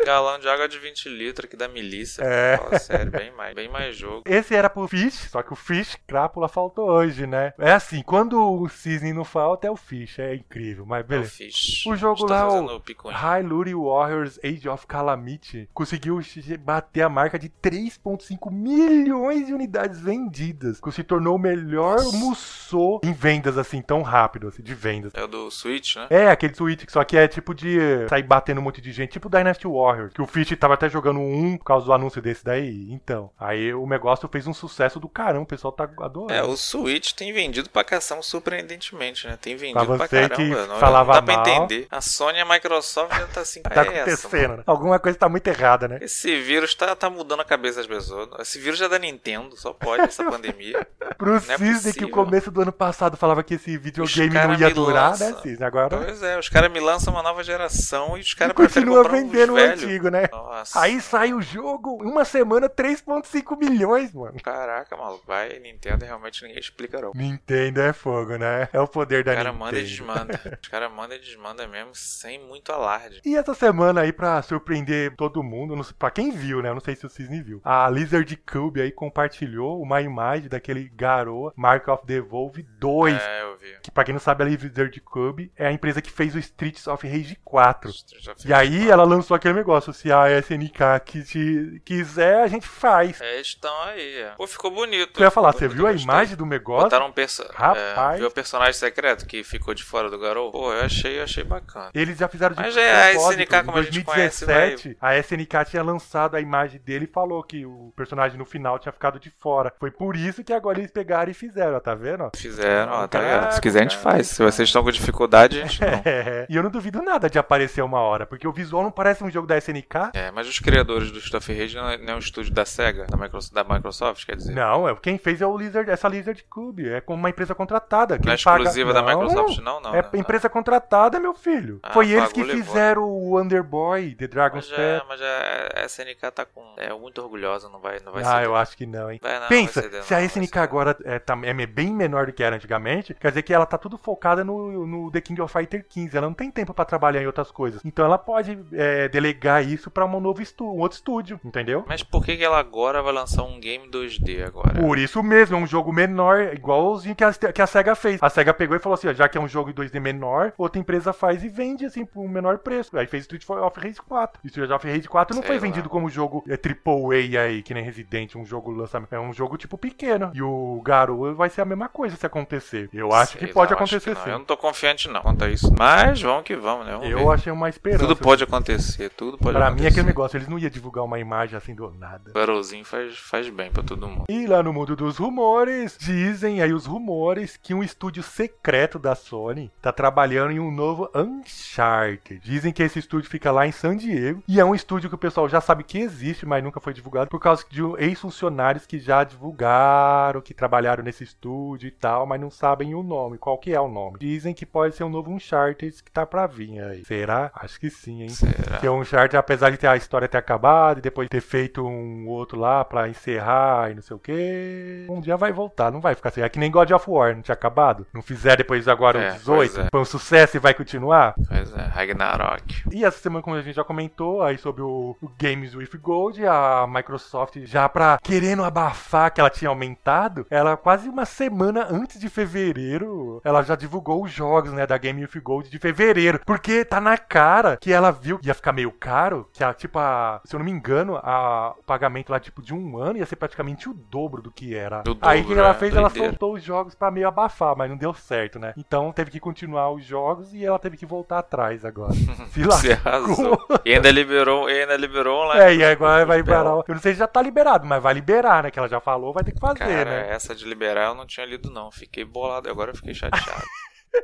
Speaker 3: um galão de água de 20 litros aqui da milícia.
Speaker 2: É.
Speaker 3: Fala sério, bem mais, bem mais jogo.
Speaker 2: Esse era pro Fish, só que o Fish Crápula faltou hoje, né? É assim, quando o Cisne não falta, é o Fish, é incrível, mas
Speaker 3: Eu
Speaker 2: beleza.
Speaker 3: fiz.
Speaker 2: O jogo
Speaker 3: Está
Speaker 2: lá, é o-
Speaker 3: fazendo picuinha.
Speaker 2: Hyrule Warriors Age of Calamity conseguiu che- bater a marca de 3.5 milhões de unidades vendidas, que se tornou o melhor
Speaker 3: Nossa.
Speaker 2: Musou em vendas assim tão rápido, assim, de vendas.
Speaker 3: É o do Switch, né?
Speaker 2: É, aquele Switch, que só que é tipo de sair batendo um monte de gente, tipo Dynasty Warriors, que o Fitch tava até jogando um por causa do anúncio desse daí. Então, aí o negócio fez um sucesso do caramba, o pessoal tá adorando.
Speaker 3: É, o Switch tem vendido pra cação surpreendentemente, né? Tem vendido
Speaker 2: Pra
Speaker 3: pra
Speaker 2: você
Speaker 3: caramba.
Speaker 2: que
Speaker 3: não,
Speaker 2: falava
Speaker 3: não dá pra
Speaker 2: mal.
Speaker 3: entender. A Sony e a Microsoft já tá assim.
Speaker 2: Tá tá
Speaker 3: é essa,
Speaker 2: acontecendo,
Speaker 3: mano?
Speaker 2: né? Alguma coisa tá muito errada, né?
Speaker 3: Esse vírus tá, tá mudando a cabeça das pessoas. Esse vírus é da Nintendo, só pode essa pandemia.
Speaker 2: Pro
Speaker 3: é
Speaker 2: Cisne, que o
Speaker 3: possível.
Speaker 2: começo do ano passado falava que esse videogame
Speaker 3: cara
Speaker 2: não ia
Speaker 3: me
Speaker 2: durar, né,
Speaker 3: lança.
Speaker 2: Cisne? Agora
Speaker 3: Pois é, os caras me lançam uma nova geração e os caras preferem
Speaker 2: continua
Speaker 3: comprar
Speaker 2: vendendo
Speaker 3: um
Speaker 2: o
Speaker 3: velho.
Speaker 2: antigo, né?
Speaker 3: Nossa.
Speaker 2: Aí sai o jogo, em uma semana, 3,5 milhões, mano.
Speaker 3: Caraca, maluco, vai Nintendo realmente ninguém explica não.
Speaker 2: Nintendo é fogo, né? É o poder da
Speaker 3: Os caras
Speaker 2: Nintendo.
Speaker 3: mandam e desmanda. Os caras mandam e desmanda mesmo, sem muito alarde.
Speaker 2: E essa semana aí, pra surpreender todo mundo, não sei- pra quem viu, né? Eu não sei se o Cisne viu. A Lizard Cube aí compartilhou uma imagem daquele garoa Mark of the Wolf 2.
Speaker 3: É, eu vi.
Speaker 2: Que pra quem não sabe, a Lizard Cube é a empresa que fez o Streets of Rage 4.
Speaker 3: Street of
Speaker 2: E aí ela lançou aquele negócio, se a SNK que te quiser, a gente faz.
Speaker 3: É, estão aí. é. Pô, ficou bonito.
Speaker 2: Tu ia falar,
Speaker 3: Ficou
Speaker 2: você
Speaker 3: bonito,
Speaker 2: viu a
Speaker 3: gostei.
Speaker 2: imagem do negócio?
Speaker 3: Botaram um perso...
Speaker 2: Rapaz.
Speaker 3: é, viu o personagem secreto que ficou de fora do garoto? Pô, eu achei, eu achei bacana.
Speaker 2: Eles já fizeram de
Speaker 3: Mas é, a
Speaker 2: propósito.
Speaker 3: SNK,
Speaker 2: em
Speaker 3: como a gente
Speaker 2: 2017, a SNK tinha lançado a imagem dele e falou que o personagem no final tinha ficado de fora. Foi por isso que agora eles pegaram e fizeram, ó, tá vendo? ó?
Speaker 3: Fizeram, ó, tá
Speaker 2: Caraca,
Speaker 3: ligado? Se quiser, a gente
Speaker 2: cara.
Speaker 3: faz. Se vocês estão com dificuldade, a gente não.
Speaker 2: É, e eu não duvido nada de aparecer uma hora, porque o visual não parece um jogo da SNK.
Speaker 3: É, mas os criadores do Stuff Rage não é, não é um estúdio da SEGA, da Microsoft, da Microsoft quer dizer.
Speaker 2: Não, é quem fez é o Lizard, essa Lizard Cube, é como uma empresa contratada. Quem
Speaker 3: Não é
Speaker 2: paga-
Speaker 3: exclusiva da
Speaker 2: Não,
Speaker 3: Microsoft, não, não.
Speaker 2: é
Speaker 3: né?
Speaker 2: empresa contratada, meu filho.
Speaker 3: Ah,
Speaker 2: Foi eles que
Speaker 3: bagulho é bom.
Speaker 2: fizeram o Underboy, The Dragon's
Speaker 3: Mas, é, já,
Speaker 2: Pet.
Speaker 3: mas já a SNK tá com. É muito orgulhosa, não vai, não vai
Speaker 2: Ah,
Speaker 3: ser.
Speaker 2: eu acho que não, hein?
Speaker 3: Vai não,
Speaker 2: Pensa,
Speaker 3: vai ceder
Speaker 2: se
Speaker 3: não,
Speaker 2: a
Speaker 3: vai
Speaker 2: SNK
Speaker 3: ceder.
Speaker 2: agora é, tá- é bem menor do que era antigamente, quer dizer que ela tá tudo focada no, no The King of Fighter 15. Ela não tem tempo pra trabalhar em outras coisas. Então ela pode é, delegar isso pra um novo estúdio, um outro estúdio, entendeu?
Speaker 3: Mas por que, que ela agora vai lançar um game 2D agora?
Speaker 2: Por isso mesmo, é um jogo menor, igualzinho que a, que a SEGA fez. A SEGA pegou e falou assim: ó, já que é um jogo em 2D menor, outra empresa faz e vende assim por um menor preço. Aí fez Street of Rage 4. E Street of Rage 4 não
Speaker 3: Sei
Speaker 2: foi
Speaker 3: lá.
Speaker 2: vendido como jogo é, AAA aí, que nem Resident, um jogo lançamento. É um jogo tipo pequeno. E o Garou vai ser a mesma coisa se acontecer. Eu acho
Speaker 3: Sei
Speaker 2: que pode
Speaker 3: lá, eu acho
Speaker 2: acontecer
Speaker 3: não. Eu
Speaker 2: sim.
Speaker 3: não tô confiante não quanto a isso. Mas vamos que vamos, né? Vamos
Speaker 2: Eu,
Speaker 3: ver.
Speaker 2: achei uma esperança.
Speaker 3: Tudo pode acontecer, tudo pode
Speaker 2: Pra mim é
Speaker 3: acontecer.
Speaker 2: aquele negócio, eles não iam divulgar uma imagem assim do nada.
Speaker 3: O Garolzinho faz, faz bem pra todo mundo.
Speaker 2: E lá no mundo dos rumores, dizem aí os rumores que um estúdio secreto da Sony tá trabalhando em um novo Uncharted. Dizem que esse estúdio fica lá em San Diego e é um estúdio que o pessoal já sabe que existe, mas nunca foi divulgado por causa de ex-funcionários que já divulgaram, que trabalharam nesse estúdio e tal, mas não sabem o nome, qual que é o nome. Dizem que pode ser um novo Uncharted que tá pra vir aí. Será? Acho que sim, hein?
Speaker 3: Será?
Speaker 2: Que o um Uncharted, apesar de ter a história ter acabado e depois ter feito um outro lá pra encerrar e não sei o que, um dia vai voltar, não vai ficar assim. É que nem God of War, não tinha acabado? Não fizer depois agora
Speaker 3: É,
Speaker 2: o 18?
Speaker 3: pois é.
Speaker 2: Foi um sucesso e vai continuar?
Speaker 3: Pois é, Ragnarok.
Speaker 2: E essa semana, como a gente já comentou, aí sobre o, o Games with Gold, a Microsoft já pra querendo abafar que ela tinha aumentado, ela quase uma semana antes de fevereiro, ela já divulgou os jogos, né, da Game with Gold de fevereiro, porque tá na cara que ela viu que ia ficar meio caro, que a, tipo, a, se eu não me engano, a, o pagamento lá, tipo, de um ano ia ser praticamente o dobro do que era.
Speaker 3: Do
Speaker 2: aí o que
Speaker 3: dobro,
Speaker 2: ela
Speaker 3: é,
Speaker 2: fez? Ela
Speaker 3: doideira.
Speaker 2: soltou soltou os jogos pra meio abafar, mas não deu certo, né? Então teve que continuar os jogos e ela teve que voltar atrás agora. Se lá.
Speaker 3: Você arrasou. E ainda liberou, e ainda liberou online.
Speaker 2: É, e agora vai
Speaker 3: Então.
Speaker 2: liberar. Eu não sei se já tá liberado, mas vai liberar, né? Que ela já falou, vai ter que fazer,
Speaker 3: Cara,
Speaker 2: né?
Speaker 3: essa de liberar eu não tinha lido não. Fiquei bolado, agora eu fiquei chateado.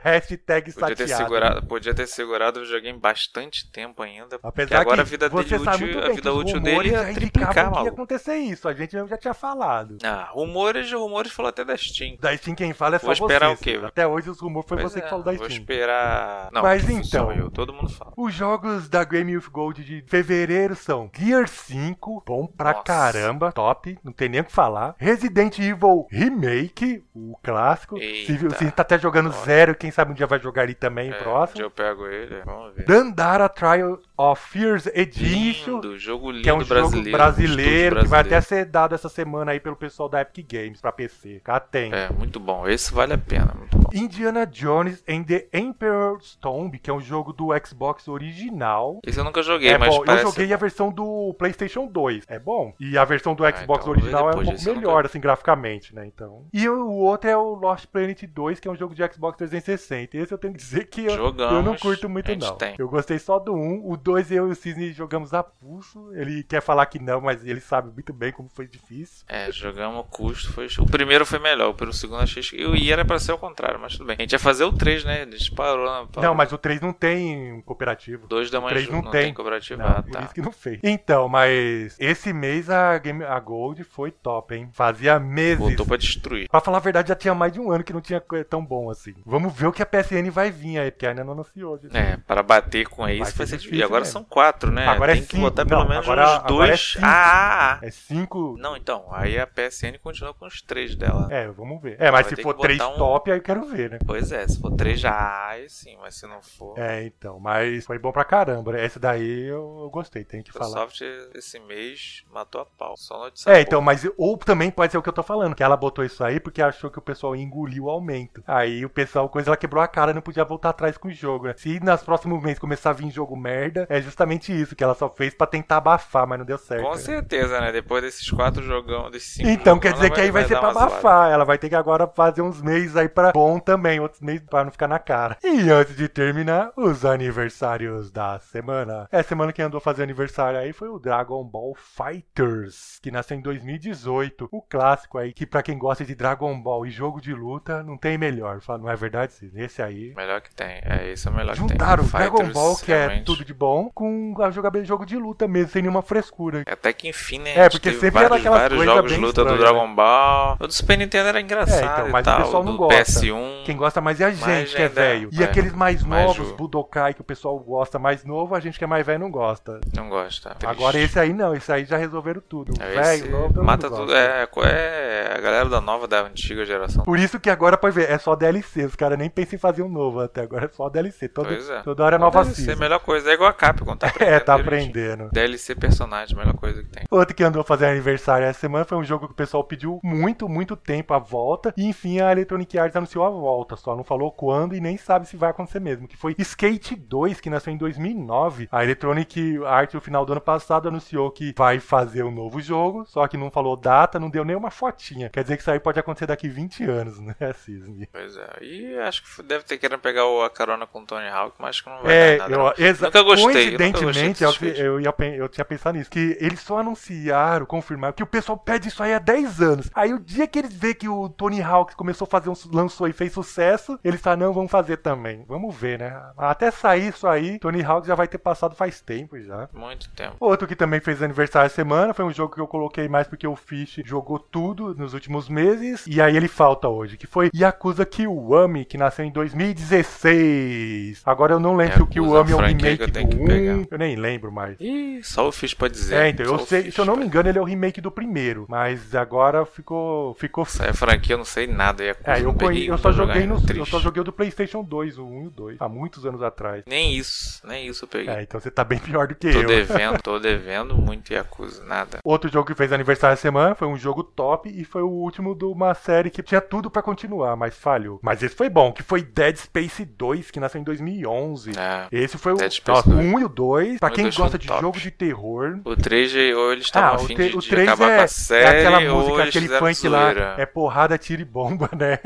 Speaker 2: Hashtag
Speaker 3: podia, ter
Speaker 2: estateado.
Speaker 3: segurado, podia ter segurado o videogame bastante tempo ainda. Porque
Speaker 2: Apesar
Speaker 3: agora
Speaker 2: que
Speaker 3: a vida dele
Speaker 2: você sabe muito bem
Speaker 3: útil, a vida
Speaker 2: que os
Speaker 3: útil
Speaker 2: rumores
Speaker 3: dele
Speaker 2: já
Speaker 3: ia triplicar,
Speaker 2: indicavam que ia
Speaker 3: maluco.
Speaker 2: acontecer isso. A gente mesmo já tinha falado.
Speaker 3: Ah, rumores, rumores falou até da Steam.
Speaker 2: Da Steam quem fala é só
Speaker 3: Vou esperar
Speaker 2: você.
Speaker 3: o quê?
Speaker 2: Cid. Até hoje os rumores foi
Speaker 3: Pois
Speaker 2: você
Speaker 3: é,
Speaker 2: que falou da
Speaker 3: Vou
Speaker 2: Steam.
Speaker 3: esperar. Não,
Speaker 2: Mas
Speaker 3: sou
Speaker 2: então-
Speaker 3: eu, todo mundo fala.
Speaker 2: Os jogos da Game of Gold de fevereiro são Gear 5, bom pra
Speaker 3: Nossa.
Speaker 2: caramba, top, não tem nem o que falar. Resident Evil Remake, o clássico. Se
Speaker 3: Eita.
Speaker 2: você tá até jogando
Speaker 3: Olha.
Speaker 2: zero, quem sabe um dia vai jogar ele também,
Speaker 3: É, um dia
Speaker 2: próximo.
Speaker 3: eu pego ele, vamos ver.
Speaker 2: Dandara Trial of Fears Edition.
Speaker 3: Lindo, jogo lindo
Speaker 2: Que é um jogo
Speaker 3: brasileiro.
Speaker 2: brasileiro,
Speaker 3: estúdio
Speaker 2: que vai até
Speaker 3: brasileiro.
Speaker 2: ser dado essa semana aí pelo pessoal da Epic Games pra PC. Cá tem.
Speaker 3: É, muito bom. Esse vale a pena, muito bom.
Speaker 2: Indiana Jones and the Emperor's Tomb, que é um jogo do Xbox original.
Speaker 3: Esse eu nunca joguei,
Speaker 2: é
Speaker 3: mas
Speaker 2: bom,
Speaker 3: parece...
Speaker 2: eu joguei a versão do PlayStation 2, é bom. E a versão do
Speaker 3: Ah,
Speaker 2: Xbox
Speaker 3: então,
Speaker 2: original é um
Speaker 3: depois
Speaker 2: pouco
Speaker 3: disso eu não
Speaker 2: melhor, assim, graficamente, né? Então. E o outro é o Lost Planet 2, que é um jogo de Xbox 360. Esse eu tenho que dizer que eu,
Speaker 3: Jogamos,
Speaker 2: eu não curto
Speaker 3: a
Speaker 2: muito,
Speaker 3: gente
Speaker 2: não.
Speaker 3: tem.
Speaker 2: Eu gostei só do 1. O 2 eu e o Cisne jogamos a pulso. Ele quer falar que não, mas ele sabe muito bem como foi difícil.
Speaker 3: É, jogamos o custo, foi... O primeiro foi melhor, o primeiro- o segundo achei... E era pra ser o contrário, agora, mas tudo bem. A gente ia fazer o 3, né? A gente parou, né? parou.
Speaker 2: Não, mas o 3 não tem um cooperativo.
Speaker 3: 2 da manhã
Speaker 2: três não
Speaker 3: não
Speaker 2: tem.
Speaker 3: tem cooperativa.
Speaker 2: Não,
Speaker 3: ah,
Speaker 2: por
Speaker 3: tá.
Speaker 2: isso que não fez. Então, mas esse mês a, Game, a Gold foi top, hein? Fazia meses.
Speaker 3: Voltou pra destruir.
Speaker 2: Pra falar a verdade, já tinha mais de um ano que não tinha coisa tão bom assim. Vamos ver o que a PSN vai vir aí, porque ainda não anunciou. gente.
Speaker 3: É, para bater com isso
Speaker 2: ser
Speaker 3: vai ser difícil.
Speaker 2: difícil
Speaker 3: E agora
Speaker 2: mesmo.
Speaker 3: são quatro, né?
Speaker 2: Agora é
Speaker 3: tem que
Speaker 2: cinco.
Speaker 3: botar pelo
Speaker 2: Não,
Speaker 3: menos
Speaker 2: agora-
Speaker 3: uns
Speaker 2: agora é
Speaker 3: dois.
Speaker 2: cinco.
Speaker 3: ah, ah, ah.
Speaker 2: É cinco.
Speaker 3: Não, então, aí a PSN continua com os três dela.
Speaker 2: É, vamos ver. É, mas
Speaker 3: Vai
Speaker 2: se
Speaker 3: ter
Speaker 2: for
Speaker 3: que botar
Speaker 2: três
Speaker 3: um-
Speaker 2: top, aí eu quero ver, né?
Speaker 3: Pois é, se for três já, aí sim, mas se não for.
Speaker 2: É, então, mas foi bom pra caramba. né? Essa daí eu, eu gostei, tenho que
Speaker 3: A
Speaker 2: falar.
Speaker 3: Microsoft esse mês matou a pau. Só notícia.
Speaker 2: É,
Speaker 3: boa.
Speaker 2: então, mas ou também pode ser o que eu tô falando, que ela botou isso aí porque achou que o pessoal engoliu o aumento. Aí o pessoal, coisa, ela quebrou a cara, não podia voltar atrás com o jogo, né? Se nas próximos meses começar a vir jogo merda, é justamente isso que ela só fez pra tentar abafar, mas não deu certo.
Speaker 3: Com
Speaker 2: né?
Speaker 3: certeza, né? Depois desses quatro jogão, desses cinco
Speaker 2: Então,
Speaker 3: jogão,
Speaker 2: quer dizer
Speaker 3: ela
Speaker 2: que aí vai, ser
Speaker 3: dar
Speaker 2: pra
Speaker 3: uma zoada.
Speaker 2: abafar. Ela vai ter que agora fazer uns meses aí pra bom também, outros meses pra não ficar na cara. E antes de terminar, os aniversários da semana. É, semana que andou fazer aniversário aí foi o Dragon Ball Fighters, que nasceu em 2018. O clássico aí, que pra quem gosta de Dragon Ball e jogo de luta, não tem melhor. Fala, Não é verdade, Cid? Esse aí.
Speaker 3: Melhor que tem. É isso, é o melhor
Speaker 2: Juntaram
Speaker 3: que tem.
Speaker 2: Dragon
Speaker 3: Fighters,
Speaker 2: Ball, que é
Speaker 3: realmente.
Speaker 2: tudo de bom, com a jogabilidade de jogo de luta mesmo, sem nenhuma frescura.
Speaker 3: Até que enfim, né?
Speaker 2: É,
Speaker 3: a gente
Speaker 2: porque
Speaker 3: teve
Speaker 2: sempre
Speaker 3: vários,
Speaker 2: era aquelas
Speaker 3: vários
Speaker 2: coisa
Speaker 3: jogos
Speaker 2: bem
Speaker 3: luta do
Speaker 2: estranha, né?
Speaker 3: Dragon Ball. O do Super Nintendo era engraçado.
Speaker 2: É, então,
Speaker 3: e
Speaker 2: mas o
Speaker 3: tal.
Speaker 2: pessoal não
Speaker 3: do
Speaker 2: gosta.
Speaker 3: PS1.
Speaker 2: Quem gosta mais é a gente,
Speaker 3: Mais
Speaker 2: que é
Speaker 3: ainda,
Speaker 2: velho. E
Speaker 3: é,
Speaker 2: aqueles mais,
Speaker 3: mais
Speaker 2: novos,
Speaker 3: jo-
Speaker 2: Budokai, que o pessoal gosta mais novo, a gente que é mais velho não gosta.
Speaker 3: Não gosta. Triste.
Speaker 2: Agora esse aí não, esse aí já resolveram tudo.
Speaker 3: É,
Speaker 2: velho,
Speaker 3: esse
Speaker 2: novo, todo
Speaker 3: Mata
Speaker 2: mundo
Speaker 3: tudo.
Speaker 2: gosta.
Speaker 3: É, é a galera da nova, da antiga geração.
Speaker 2: Por isso que agora, pode ver, é só DLC. Os caras nem pensam em fazer um novo até agora, é só DLC. Todo,
Speaker 3: Pois é.
Speaker 2: Toda hora é nova
Speaker 3: DLC é a
Speaker 2: season.
Speaker 3: melhor coisa. É igual a Capcom, tá aprendendo.
Speaker 2: É, tá
Speaker 3: direitinho.
Speaker 2: aprendendo.
Speaker 3: DLC personagem, a melhor coisa que tem.
Speaker 2: Outro que andou fazendo aniversário essa semana foi um jogo que o pessoal pediu muito, muito tempo a volta. E enfim, a Electronic Arts anunciou a volta, só não falou quando e nem sabe se vai acontecer mesmo. Que foi Skate 2, que nasceu em 2009. A Electronic Arts, no final do ano passado, anunciou que vai fazer um novo jogo, só que não falou data, não deu nenhuma fotinha. Quer dizer que isso aí pode acontecer daqui 20 anos, né, Cisne?
Speaker 3: Pois é. E acho que deve ter querendo pegar o- a carona com o Tony Hawk, mas acho que não vai
Speaker 2: É,
Speaker 3: dar nada.
Speaker 2: eu, exa-
Speaker 3: Nunca gostei, eu nunca gostei
Speaker 2: coincidentemente,
Speaker 3: desse
Speaker 2: é o que
Speaker 3: skate.
Speaker 2: eu, ia pen- eu tinha pensado nisso, que eles só anunciaram, confirmaram, que o pessoal pede isso aí há 10 anos. Aí o dia que eles vê que o Tony Hawk começou a fazer um, su- lançou e fez sucesso, eles falam, não, vamos fazer também. Vamos ver, né? Até sair isso aí, Tony Hawk já vai ter passado faz tempo já.
Speaker 3: Muito tempo.
Speaker 2: Outro que também fez aniversário essa semana foi um jogo que eu coloquei mais porque o Fish jogou tudo nos últimos meses e aí ele falta hoje, que foi Yakuza Kiwami, que nasceu em 2016. Agora eu não lembro se o
Speaker 3: Yakuza,
Speaker 2: Kiwami é um
Speaker 3: franquia que
Speaker 2: remake
Speaker 3: eu tenho
Speaker 2: do
Speaker 3: que pegar.
Speaker 2: 1, eu nem lembro mais.
Speaker 3: Ih, só o Fish pode dizer.
Speaker 2: É, então, eu
Speaker 3: Só o
Speaker 2: sei,
Speaker 3: Fish
Speaker 2: se eu não me
Speaker 3: pode-
Speaker 2: engano, ele é o remake do primeiro, mas agora ficou ficou
Speaker 3: Essa é franquia, eu não sei nada. E a coisa
Speaker 2: É, eu,
Speaker 3: não
Speaker 2: conhe-
Speaker 3: peguei
Speaker 2: eu
Speaker 3: um
Speaker 2: só
Speaker 3: pra jogar
Speaker 2: joguei
Speaker 3: ainda,
Speaker 2: no, eu
Speaker 3: triste.
Speaker 2: só joguei o do PlayStation 2, o 1 e o 2, há muitos anos atrás.
Speaker 3: Nem isso, nem isso eu peguei.
Speaker 2: É, então você tá bem pior do que
Speaker 3: tô
Speaker 2: eu.
Speaker 3: devendo, tô devendo muito Yakuza, nada.
Speaker 2: Outro jogo que fez aniversário essa semana foi um jogo top e foi o último de uma série que tinha tudo pra continuar, mas falhou. Mas esse foi bom, que foi Dead Space 2, que nasceu em 2011.
Speaker 3: É.
Speaker 2: Esse foi o,
Speaker 3: Dead Space
Speaker 2: nossa, o
Speaker 3: 2.
Speaker 2: 1 e o 2. Pra
Speaker 3: Um e
Speaker 2: quem
Speaker 3: dois
Speaker 2: gosta
Speaker 3: são
Speaker 2: de
Speaker 3: top.
Speaker 2: jogo de terror.
Speaker 3: O 3 já- ou
Speaker 2: Ah,
Speaker 3: eles estavam afim
Speaker 2: te-
Speaker 3: de, de acabar com a série,
Speaker 2: é aquela
Speaker 3: ou
Speaker 2: música,
Speaker 3: eles
Speaker 2: aquele
Speaker 3: fizeram
Speaker 2: funk
Speaker 3: zoeira.
Speaker 2: lá. É porrada, tiro e bomba, né?